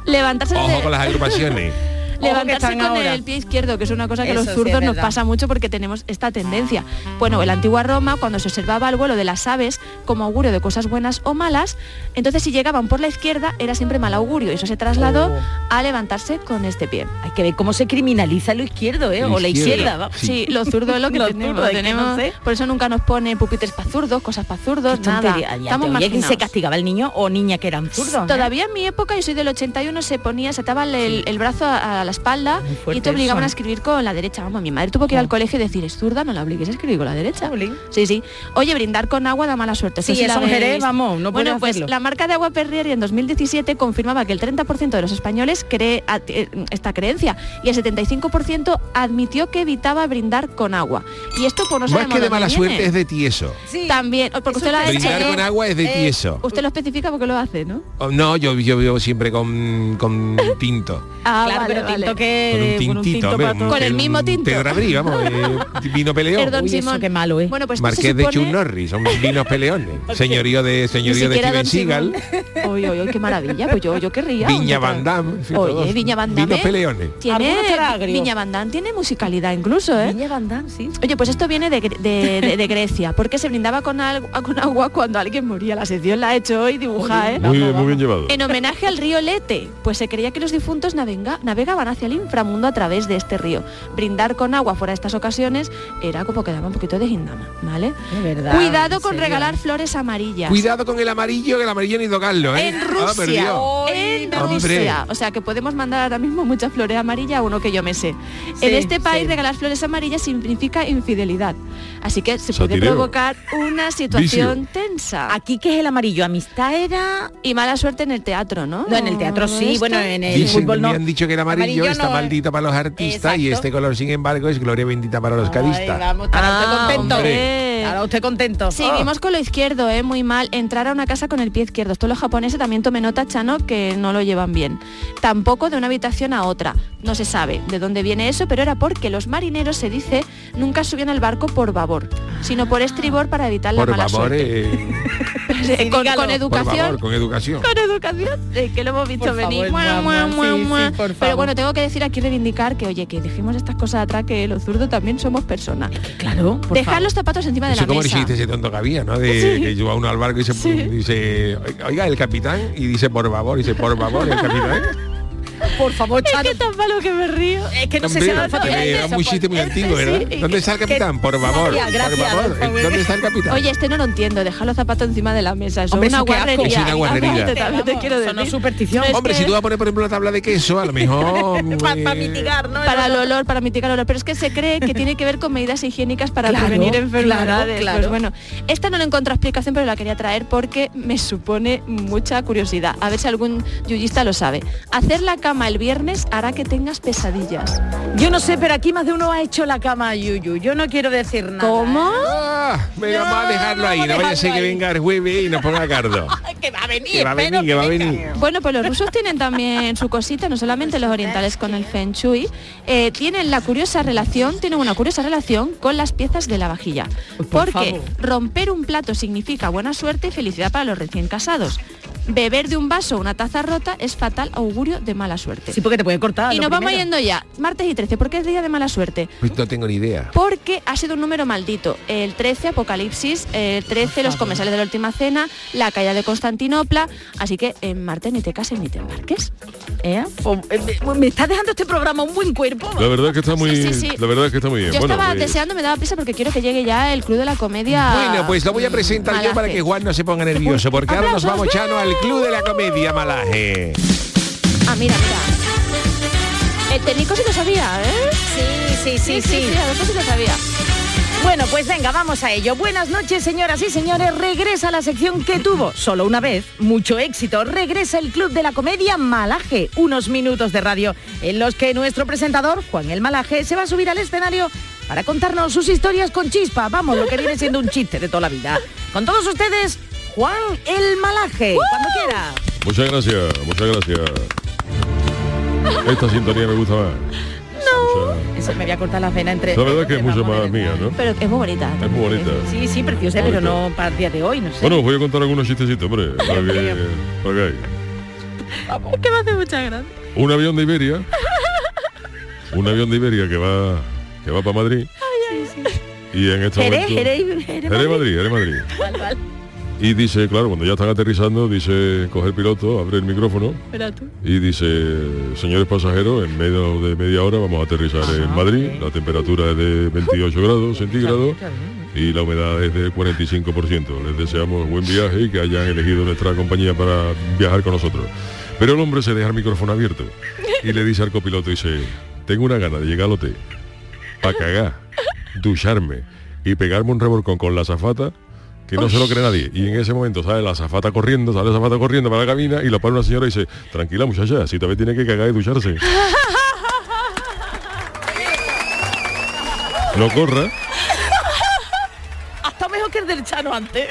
Levantarse,
Ojo
de-
con las agrupaciones.
levantarse
están
con
ahora.
el pie izquierdo, que es una cosa que
Eso
los
sí es
zurdos nos
verdad.
pasa mucho porque tenemos esta tendencia. Bueno, en la antigua Roma, cuando se observaba el vuelo de las aves como augurio de cosas buenas o malas, entonces si llegaban por la izquierda era siempre mal augurio y eso se
Oh.
trasladó a levantarse con este pie.
Hay que ver cómo se criminaliza lo izquierdo, ¿eh? O la izquierda, va.
Sí. lo zurdo
[LAUGHS]
es lo que
Lo
tenemos.
zurdo, es que
tenemos-
no sé.
Por eso nunca nos pone pupitres para zurdos, cosas para zurdos,
Qué
nada.
tontería. Ya te
Estamos
oía que
marginados.
se castigaba el niño o niña que eran zurdos. ¿eh?
Todavía en mi época, yo soy del 81, se ponía, se ataban el, el brazo a, a la espalda
fuerte
y te
eso, Mm.
obligaban a
¿eh?
escribir con la derecha. Vamos, mi madre tuvo que ir al colegio y decir, es zurda, no la obligues a escribir con la derecha. Sí, sí. Oye, brindar con agua da mala suerte.
Sí,
la
eso en
veréis.
Jerez, vamos, no
Bueno,
puedes
pues
hacerlo.
la marca de agua Perrier en 2017 confirmaba que el 30% de los españoles cree a- eh, esta creencia y el 75% admitió que evitaba brindar con agua. Y esto por no
Más
sabemos
que de
dónde
mala
viene.
suerte es de tieso.
También, porque usted lo ha
Brindar
hecho.
con agua es de
eh,
tieso.
Usted lo especifica porque lo hace, ¿no?
Oh, No, yo, yo vivo siempre con, con tinto.
Ah,
Claro, pero tinto
Eh,
Con
que...
un tintito, hombre, un-
Con el
un
mismo tinto. [LAUGHS]
Tegrabrí, vamos, eh, vino peleón.
Perdón, Simón.
qué malo, ¿eh?
Bueno, pues esto
Marqués
se
de
supone...
Chun Norris, son vinos
[LAUGHS]
peleones. Señorío de, señorío de Steven Seagal,
Oye, oye, qué maravilla, pues yo, yo querría. un
Viña
tetra-
Van Damme. en fin,
Oye,
todos
Viña Bandán.
Vinos peleones.
Tiene,
Alguno estará agrio.
Viña Bandán tiene musicalidad incluso, ¿eh?
Niña Van Damme, sí.
Oye, pues esto viene de, Gre- de- de- de Grecia, porque se brindaba con, al- con agua cuando alguien moría. La sección la ha hecho hoy, dibuja, ¿eh?
Muy, bien- muy bien llevado.
En homenaje al río Lete, pues se creía que los difuntos navega- navegaban hacia el inframundo a través de este río. Brindar con agua fuera de estas ocasiones era como que daba un poquito de gindama, ¿vale?
verdad,
Cuidado
en
con
serio,
regalar flores amarillas.
Cuidado con el amarillo, que el amarillo ni tocarlo, ¿eh?
En
Ah,
Rusia,
perdió.
en
Hombre.
Rusia. O sea que podemos mandar ahora mismo muchas flores amarillas a uno que yo me sé.
Sí,
en este país
sí.
regalar flores amarillas significa infidelidad. Así que se puede
Satireo.
provocar una situación tensa.
Aquí que es el amarillo, amistad era...
Y mala suerte en el teatro, ¿no?
No, en el teatro sí,
Esto.
bueno, en el
Dicen,
fútbol
me
no.
han dicho que el amarillo,
Amarillo
está
no, eh.
maldito para los artistas y este color, sin embargo, es gloria bendita para los
Ay,
caristas.
vamos, estará usted contento. ¿eh?
hombre.
Estará usted contento.
Ah.
Seguimos con lo izquierdo, ¿eh? muy mal. Entrar a una casa con el pie izquierdo. Esto los japoneses también tomen nota, Chano, que no lo llevan bien. Tampoco de una habitación a otra. No se sabe de dónde viene eso, pero era porque los marineros, se dice, nunca subían al barco por babor, sino por estribor para evitar
Por
la mala
favor,
[LAUGHS] suerte.
eh,
con, con
por
educación.
favor, con educación.
Con educación, eh, que lo hemos visto
Por
venir.
favor,
Mua, mua,
mamá,
mua,
sí,
mua.
sí, por
Pero
favor.
bueno, tengo que decir aquí reivindicar que, oye, que dejemos estas cosas atrás, que los zurdos también somos personas.
Claro,
Dejar los zapatos encima de
Eso
la
como le
mesa.
hiciste ese tonto que había, ¿no? De que lleva uno al barco y se dice, oiga, el capitán, y dice, por favor, y dice, por favor, el capitán.
Por favor, Chano. Es que
tan malo [LAUGHS] que me río.
Es que no sé
Hombre,
si era el pues. Este
que era un chiste
[LAUGHS]
muy antiguo, ¿verdad? ¿Dónde está el capitán? Por favor,
Gracias,
por
gracias,
favor. ¿eh?
por favor.
¿Dónde está el capitán?
Oye, este no lo entiendo, dejar los zapatos encima de la mesa. Eso
Hombre,
es una
eso qué asco.
guarrería.
Es una guarrería.
Te- también te quiero decir. No es
Hombre,
que-
si tú vas a poner, por ejemplo, una tabla de
[LAUGHS]
queso, a lo mejor... eh,
Para el olor, para mitigar el olor. Pero es que se cree que tiene que ver con medidas higiénicas para
Claro,
prevenir enfermedades.
claro, claro.
Pues bueno, esta no le encuentro explicación, pero la quería traer porque me supone mucha curiosidad. A ver si algún yuyista lo sabe. Hacer la cama el viernes hará que tengas pesadillas.
Yo no sé, pero aquí más de uno ha hecho la cama a Yuyu. Yo no quiero decir nada. ¿eh?
¿Cómo?
Venga, vamos Ah, a dejarlo ahí, no vaya a ser que venga el jueves y nos ponga cardo.
que va a venir,
Que va a venir, que va a venir.
Bueno, pues los rusos tienen también su cosita, no solamente los orientales con el feng shui, eh, tienen la curiosa relación, tienen una curiosa relación con las piezas de la vajilla. porque
favor.
romper un plato significa buena suerte y felicidad para los recién casados. Beber de un vaso o una taza rota es fatal augurio de mala suerte.
Sí, porque te puede cortar.
y
lo
nos vamos
primero.
yendo ya, martes y 13, porque es día de mala suerte.
Pues no tengo ni idea.
Porque ha sido un número maldito. El 13, 12, Apocalipsis, eh, 13, Los comensales de la última cena, La caída de Constantinopla. Así que, eh, Marte, ni te cases ni te embarques.
¿Eh? O- eh, me, me está dejando este programa un buen cuerpo.
La verdad es que está muy,
Sí, sí, sí.
La verdad es que está muy bien.
Yo
bueno,
estaba
eh,
deseando, me daba prisa porque quiero que llegue ya el club de la comedia.
Bueno, pues lo voy a presentar yo para
Malaje.
que Juan no se ponga nervioso, porque ahora nos vamos,
¡Aplausos!
Chano, al Club de la Comedia Malaje.
Ah, mira, mira. El técnico sí lo sabía, ¿eh?
Sí, sí, sí, sí.
sí, Adolfo sí lo sabía.
Bueno, pues venga, vamos a ello. Buenas noches, señoras y señores. Regresa la sección que tuvo solo una vez mucho éxito. Regresa el Club de la Comedia Malaje. Unos minutos de radio en los que nuestro presentador, Juan el Malaje, se va a subir al escenario para contarnos sus historias con chispa. Vamos, lo que viene siendo un chiste de toda la vida. Con todos ustedes, Juan el Malaje. Cuando quiera.
Muchas gracias, muchas gracias. Esta sintonía me gusta más.
No. Eso me voy a cortar las venas entre...
La verdad que es mucho más mía, ¿no?
Pero es muy bonita.
Es muy bonita.
Sí, sí, preciosa, pero
Bonita.
no para el día de hoy, no sé.
Bueno, os voy a contar algunos chistecitos, hombre.
[LAUGHS]
Para que, para que hay.
que me hace mucha gracia.
Un avión
[LAUGHS]
de Iberia. Un avión de Iberia que va que va para Madrid. Y en este
Jerez,
momento.
Jerez, Jerez,
Jerez, Madrid,
[LAUGHS]
Jerez, Madrid.
Vale, vale.
Y dice, claro, cuando ya están aterrizando, dice, coge el piloto, abre el micrófono
Espera tú.
y dice, señores pasajeros, en medio de media hora vamos a aterrizar en Madrid. La temperatura es de 28 grados centígrados y la humedad es del 45%. Les deseamos buen viaje y que hayan elegido nuestra compañía para viajar con nosotros. Pero el hombre se deja el micrófono abierto y le dice al copiloto, dice, tengo una gana de llegar al hotel para cagar, ducharme y pegarme un revolcón con la azafata que no se lo cree nadie. Y en ese momento sale la azafata corriendo, sale la azafata corriendo para la cabina y la para una señora y dice, tranquila muchacha, si también tiene que cagar y ducharse. No corra.
Hasta mejor que el del Chano antes.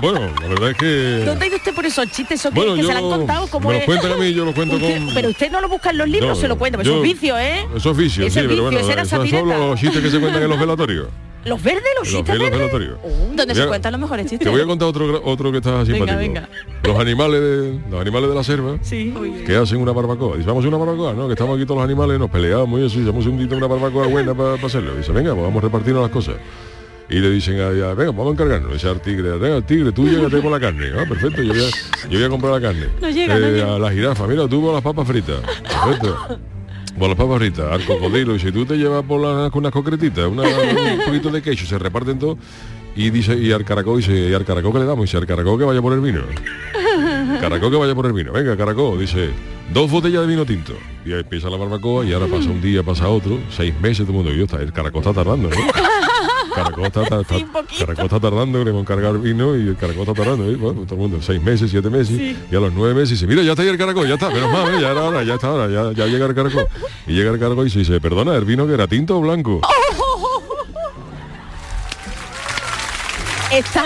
Bueno, la verdad es que...
¿Dónde ha ido usted por esos chistes? ¿Eso
Bueno,
que, que se
yo-
lo han contado? como
me lo cuentan a mí, yo lo cuento con-
Pero usted no lo busca en los libros,
No,
se lo cuenta. Pero
yo-
es un vicio, ¿eh?
Eso es vicio,
Ese
sí,
vicio,
pero bueno,
esa era
esos son
satireta.
los chistes que se cuentan en los velatorios.
¿Los verdes, los
Los
chistes
velos
verdes?
velatorios.
Oh.
Donde se
Mira,
cuentan los mejores chistes.
Te voy a contar otro, otro que está simpático.
venga.
Los animales de, los animales de la selva
Sí.
que hacen una barbacoa. Dice, vamos a hacer una barbacoa, ¿no? Que estamos aquí todos los animales, nos peleamos y eso, y hacemos un dito una barbacoa buena para hacerlo. Dice, venga, pues vamos repartirnos las cosas. Y le dicen a ella, venga, vamos a encargarnos. Dice al tigre, venga, tigre, tú llégate por la carne. Ah, perfecto, yo voy, a, yo voy a comprar la carne. Eh,
No llega, no llega.
A la jirafa, mira, tú por las papas fritas. Perfecto. Por las papas fritas, al cocodrilo. Y si tú te llevas por las con unas concretitas, una- un poquito de queso, se reparten todo. Y dice, y al caracol, dice, y al caracol que le damos, y dice, al caracol que vaya por el
[LAUGHS]
vino. Caracó que vaya por el vino. Venga, Caracó, dice, dos botellas de vino tinto. Y ahí empieza la barbacoa y ahora pasa un día, pasa otro, seis meses, todo el mundo, yo, está, el Caracó está tardando, ¿no? Caracó está, está- está- Caracó está tardando, queremos encargar vino y el Caracó está tardando, ¿eh? Bueno, todo el mundo, seis meses, siete meses, y a los nueve meses dice, mira, ya está ahí el Caracó, ya está, menos mal, ¿eh? ya era hora, ya está ahora, ya, ya llega el Caracó. Y llega el Caracó y se dice, perdona, el vino que era tinto o blanco.
Está...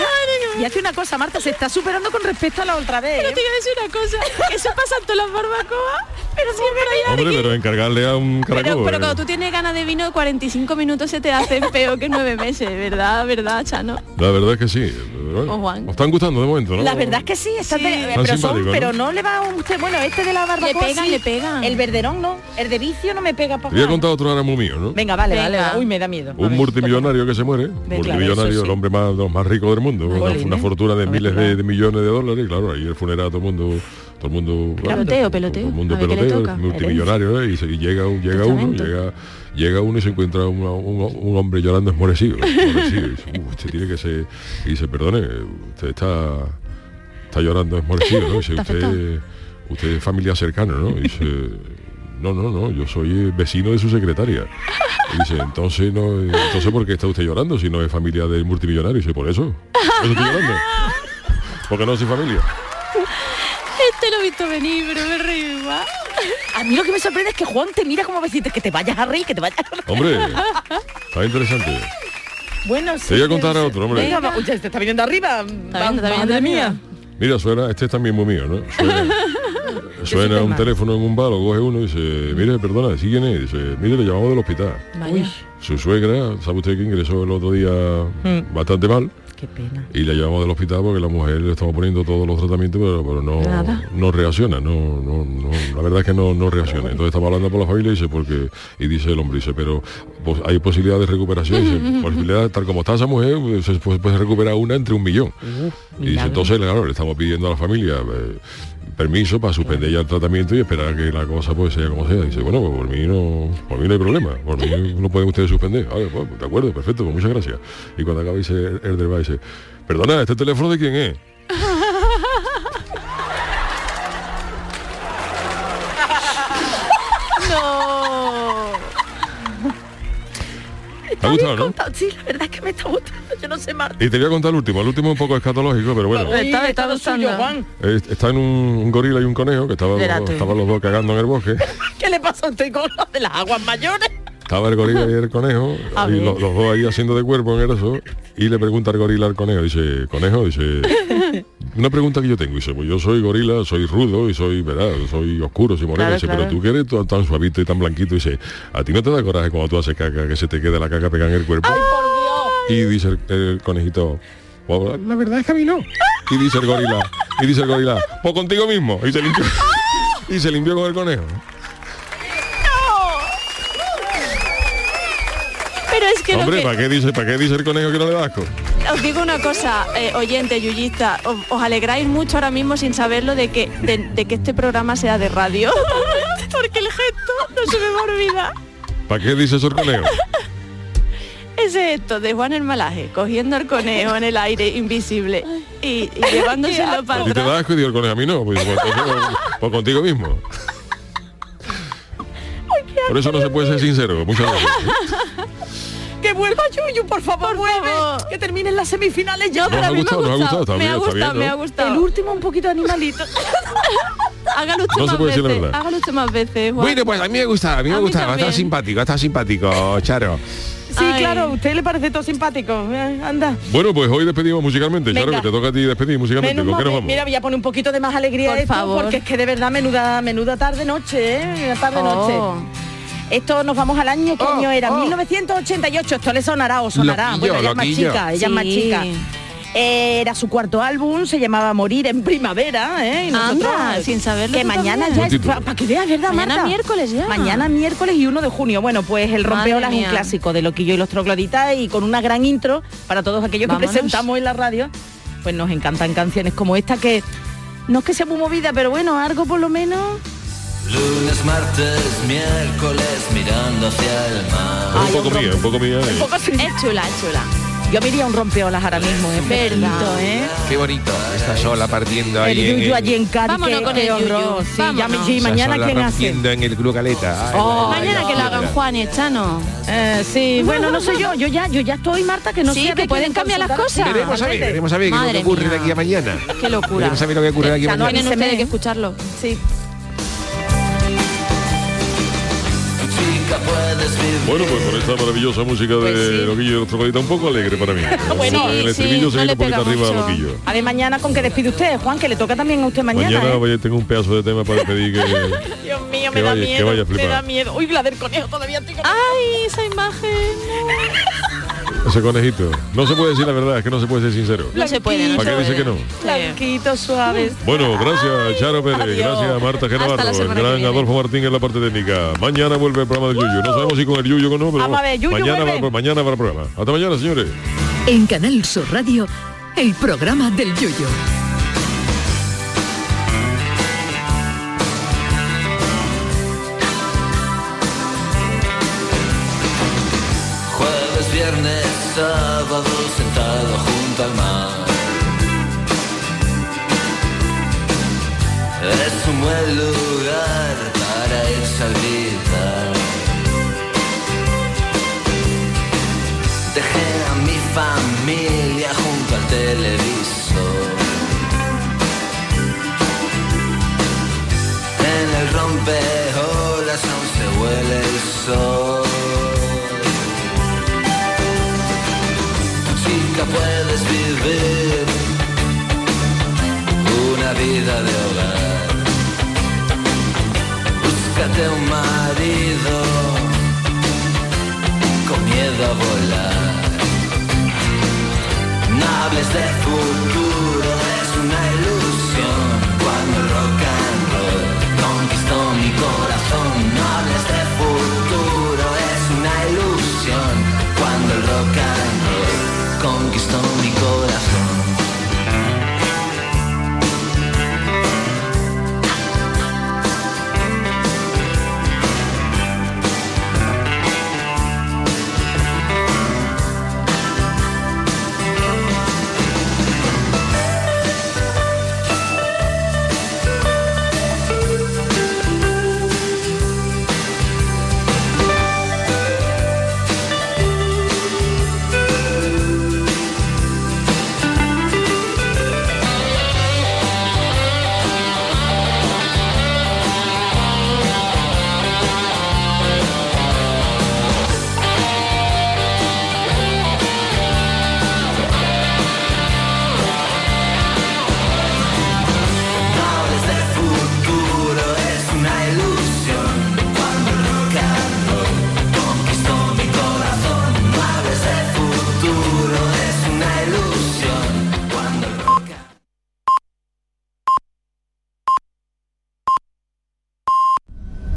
Y hace una cosa, Marta, se está superando con respecto a la otra vez. ¿eh? Pero te voy a decir una cosa. Eso pasa en todas las barbacoas. Pero siempre hay
Hombre, pero encargarle a un
Pero,
Caracó.
pero
eh,
cuando tú tienes ganas de vino, 45 minutos se te hace peor que nueve meses, ¿verdad? ¿Verdad, Chano?
La verdad es que sí. pero bueno,
O Juan.
Os están gustando de momento, ¿no?
La verdad es que sí, está de-
Tan
pero, son-
simpático, ¿no?
pero no le va a usted. Bueno, este de la barbacoa
pegan,
sí.
le pegan.
El verderón no, el de vicio no me pega
Te
para
voy a contar otro ahora muy mío, ¿no?
Venga, vale, vale,
Venga.
vale. Uy, me da miedo.
Un multimillonario que se muere,
Ve, claro,
multimillonario,
eso sí.
el hombre más, de los más rico del mundo, una,
Jolín,
una
¿eh?
fortuna de miles de, de millones de dólares, y claro, ahí el funeral todo el mundo, todo el mundo, bueno,
Peloteo, peloteo.
todo el mundo
a ver qué le
peloteo,
toca.
el multimillonario, ¿eh? y, se- y llega, un- llega uno, llega, llega uno y se encuentra un, un- un hombre llorando esmorecido, esmorecido, y dice, "Uh, usted tiene que ser, y dice, perdone, usted está, está llorando esmorecido, ¿no? Y dice,
Está
usted, usted es familia cercana, ¿no? Y dice, no, no, no, yo soy eh, vecino de su secretaria. Y dice, entonces no, eh, entonces ¿por qué está usted llorando si no es familia del multimillonario? Y dice, por eso. Por eso estoy llorando. Porque no soy familia.
Este lo he visto venir, pero me reí igual.
A mí lo que me sorprende es que Juan te mira como a decirte que te vayas a reír, que te vayas a reír.
Hombre. Está interesante.
Bueno,
Te voy a contar a otro, hombre.
Venga, va- Uy, ya te está viniendo arriba. Está
viendo, está viendo arriba.
Mira, suena, este es también muy mío, ¿no? Suena, suena un teléfono en un bar, lo coge uno y dice, mire, perdona, ¿sí quién es? Dice, mire, le llamamos del hospital.
Vaya.
Su suegra, sabe usted que ingresó el otro día bastante mal.
Qué pena.
y la llevamos del hospital porque la mujer le estamos poniendo todos los tratamientos, pero, pero no,
Nada.
no reacciona, no, no, no, la verdad es que no, no reacciona. Entonces estamos hablando por la familia y dice, porque, y dice el hombre, dice, pero pues, hay posibilidad de recuperación, dice, posibilidad, tal como está esa mujer, pues, se puede, puede recuperar una entre un millón. y dice, entonces, claro, le estamos pidiendo a la familia. eh, permiso para suspender ya el tratamiento y esperar a que la cosa pues sea como sea. Dice, bueno, pues por mí no, por mí no hay problema, por mí no pueden ustedes suspender. Vale, pues, de acuerdo, perfecto, pues muchas gracias. Y cuando acaba dice el el del bar, dice, perdona, ¿este teléfono de quién es?
no.
¿Te ha gustado, no?
Sí, la verdad es que me está gustando. Yo no sé, Marta.
Y te voy a contar el último, el último es un poco escatológico, pero bueno.
está, está gustando. Juan.
Es- Está en un, un gorila y un conejo que estaban
Verá
los,
tú.
estaban los dos cagando en el bosque.
¿Qué le pasó a usted con lo de las aguas mayores?
Estaba el gorila y el conejo,
A
y
ver.
lo- los dos ahí haciendo de cuerpo en el eso, y le pregunta el gorila al conejo, dice, conejo, dice, una pregunta que yo tengo, dice, pues yo soy gorila, soy rudo y soy, ¿verdad? Soy oscuro, soy moreno,
Claro,
dice,
claro.
pero tú que eres tan, tan suavito y tan blanquito, dice, a ti no te da coraje cuando tú haces caca, que se te quede la caca pegada en el cuerpo. Y dice el, el conejito, "Pues, la verdad es que a mí no. Y dice el gorila, y dice el gorila, pues contigo mismo. Y se limpió, [LAUGHS] y se limpió con el conejo.
Pero es que
Hombre,
lo
¿para
que...
qué dice, para qué dice el conejo que no le da asco?
Os digo una cosa, eh, oyente, yuyista, os, os alegráis mucho ahora mismo sin saberlo de que, de, de que este programa sea de radio. [LAUGHS] Porque el gesto no se me va a olvidar.
¿Para qué dice eso el conejo?
[LAUGHS]
Ese gesto de Juan el Malaje, cogiendo al conejo en el aire invisible y, y llevándoselo para
A ti te
atrás.
da asco y digo el conejo a mí no, pues, pues, pues, pues, pues contigo mismo. Por eso no se puede ser sincero, muchas veces.
Que vuelva Yuyu, por favor, vuelve. Que terminen las semifinales ya.
Nos
Pero
ha
a mí
gustado, nos ha gustado, está bien, está bien, ¿no?
El último un poquito [LAUGHS] animalito.
Hágalo usted
No se
más
puede decir la
veces.
verdad.
Hágalo usted más veces, Juan.
Bueno, pues a mí me gusta, a mí me
A mí
gusta, está
también.
simpático, está simpático, Charo.
Sí, claro, a usted le parece todo simpático. Eh, Anda.
Bueno, pues hoy despedimos musicalmente. Charo, que
Venga.
te toca a ti despedir musicalmente.
Menos
¿Con
mal,
qué nos
me-
vamos?
mira, voy a poner un poquito de más alegría
Por
a esto,
favor.
porque es que de verdad menuda, menuda tarde noche, ¿eh? Tarde noche.
Oh.
Esto nos vamos al año, que año era 1988. Esto le sonará o sonará.
Loquillo,
bueno, ella es más
loquillo.
chica, ella es más
Sí.
chica. Era su cuarto álbum, se llamaba Morir en Primavera, ¿eh? Y nosotros,
Anda, sin saberlo
Que
tú
mañana
también.
ya
Buen
es,
título.
para que veas, ¿verdad,
Mañana
Marta?
miércoles ya.
Mañana miércoles y 1 de junio. Bueno, pues el
Madre
rompeolas es un
mía.
clásico de Loquillo y los trogloditas y con una gran intro para todos aquellos
Vámonos.
que presentamos en la radio. Pues nos encantan canciones como esta que no es que sea muy movida, pero bueno, algo por lo menos.
Lunes, martes, miércoles, mirando hacia el mar.
un poco mía, un poco mía. eh.
Es chula, es chula.
Yo me iría a un rompeolas ahora mismo, ¿eh? es verdad.
¿eh?
Qué bonito, está sola partiendo
El
ahí. en
yuyu allí en Cádiz.
Vámonos
qué-
con
qué
el yuyu,
horror. Sí, ya me-
vámonos.
sí,
Esa
mañana
sola
quién hace.
rompiendo en el Club Caleta. Ay,
Oh,
ay,
Mañana
ay,
que lo
ay,
hagan
ay.
Juan y Chano.
Eh, sí, bueno, no sé yo, yo ya, yo ya estoy, Marta, que no
Sí,
sé. a
que
ver
pueden
quién
cambiar las
consultar.
cosas.
Veremos a ver, veremos a ver qué es lo que
Madre
ocurre de
mía.
aquí a mañana.
Qué locura.
Veremos a ver lo que ocurre de aquí a
Chano,
mañana.
tienen ustedes que escucharlo.
Sí.
Chica, puedes vivir.
Bueno, pues con esta maravillosa música de Loquillo y los Trocolitas, un poco alegre para mí.
Pues [LAUGHS] Bueno,
el
sí,
estribillo
sí, no
se viene
le
un poquito
pega
arriba a
mucho.
Loquillo.
A ver, mañana con que despide usted, Juan, que le toca también a usted mañana.
Mañana
¿eh?
vaya- tengo un pedazo de tema para
[LAUGHS]
pedir que...
Dios mío, me
Que
da
vaya- que
miedo.
vaya a
me
flipar.
da miedo. Uy, la del conejo todavía estoy con- Ay, esa imagen.
Ese conejito. No se puede decir la verdad, es que no se puede ser sincero.
No se puede, no
¿Para
se
qué dice
puede.
que no?
Blanquito, suaves.
Bueno, gracias Charo Pérez, gracias Marta Genavarro, el gran Adolfo Martín en la parte técnica. Mañana vuelve el programa del Yuyo. No sabemos si con el Yuyo o no, pero
Vamos a ver, Yuyu
mañana,
vuelve.
va, el- mañana va el programa. Hasta mañana, señores.
En Canal Sur Radio, el programa del Yoyo.
Jueves, viernes, sábado, sentado junto al mar. Es un buen lugar para irse a olvidar. Dejé a mi familia junto al televisor. En el rompeolas aún se huele el sol. Chica, puedes vivir una vida de hogar. Búscate un marido con miedo a volar. No hables de futuro.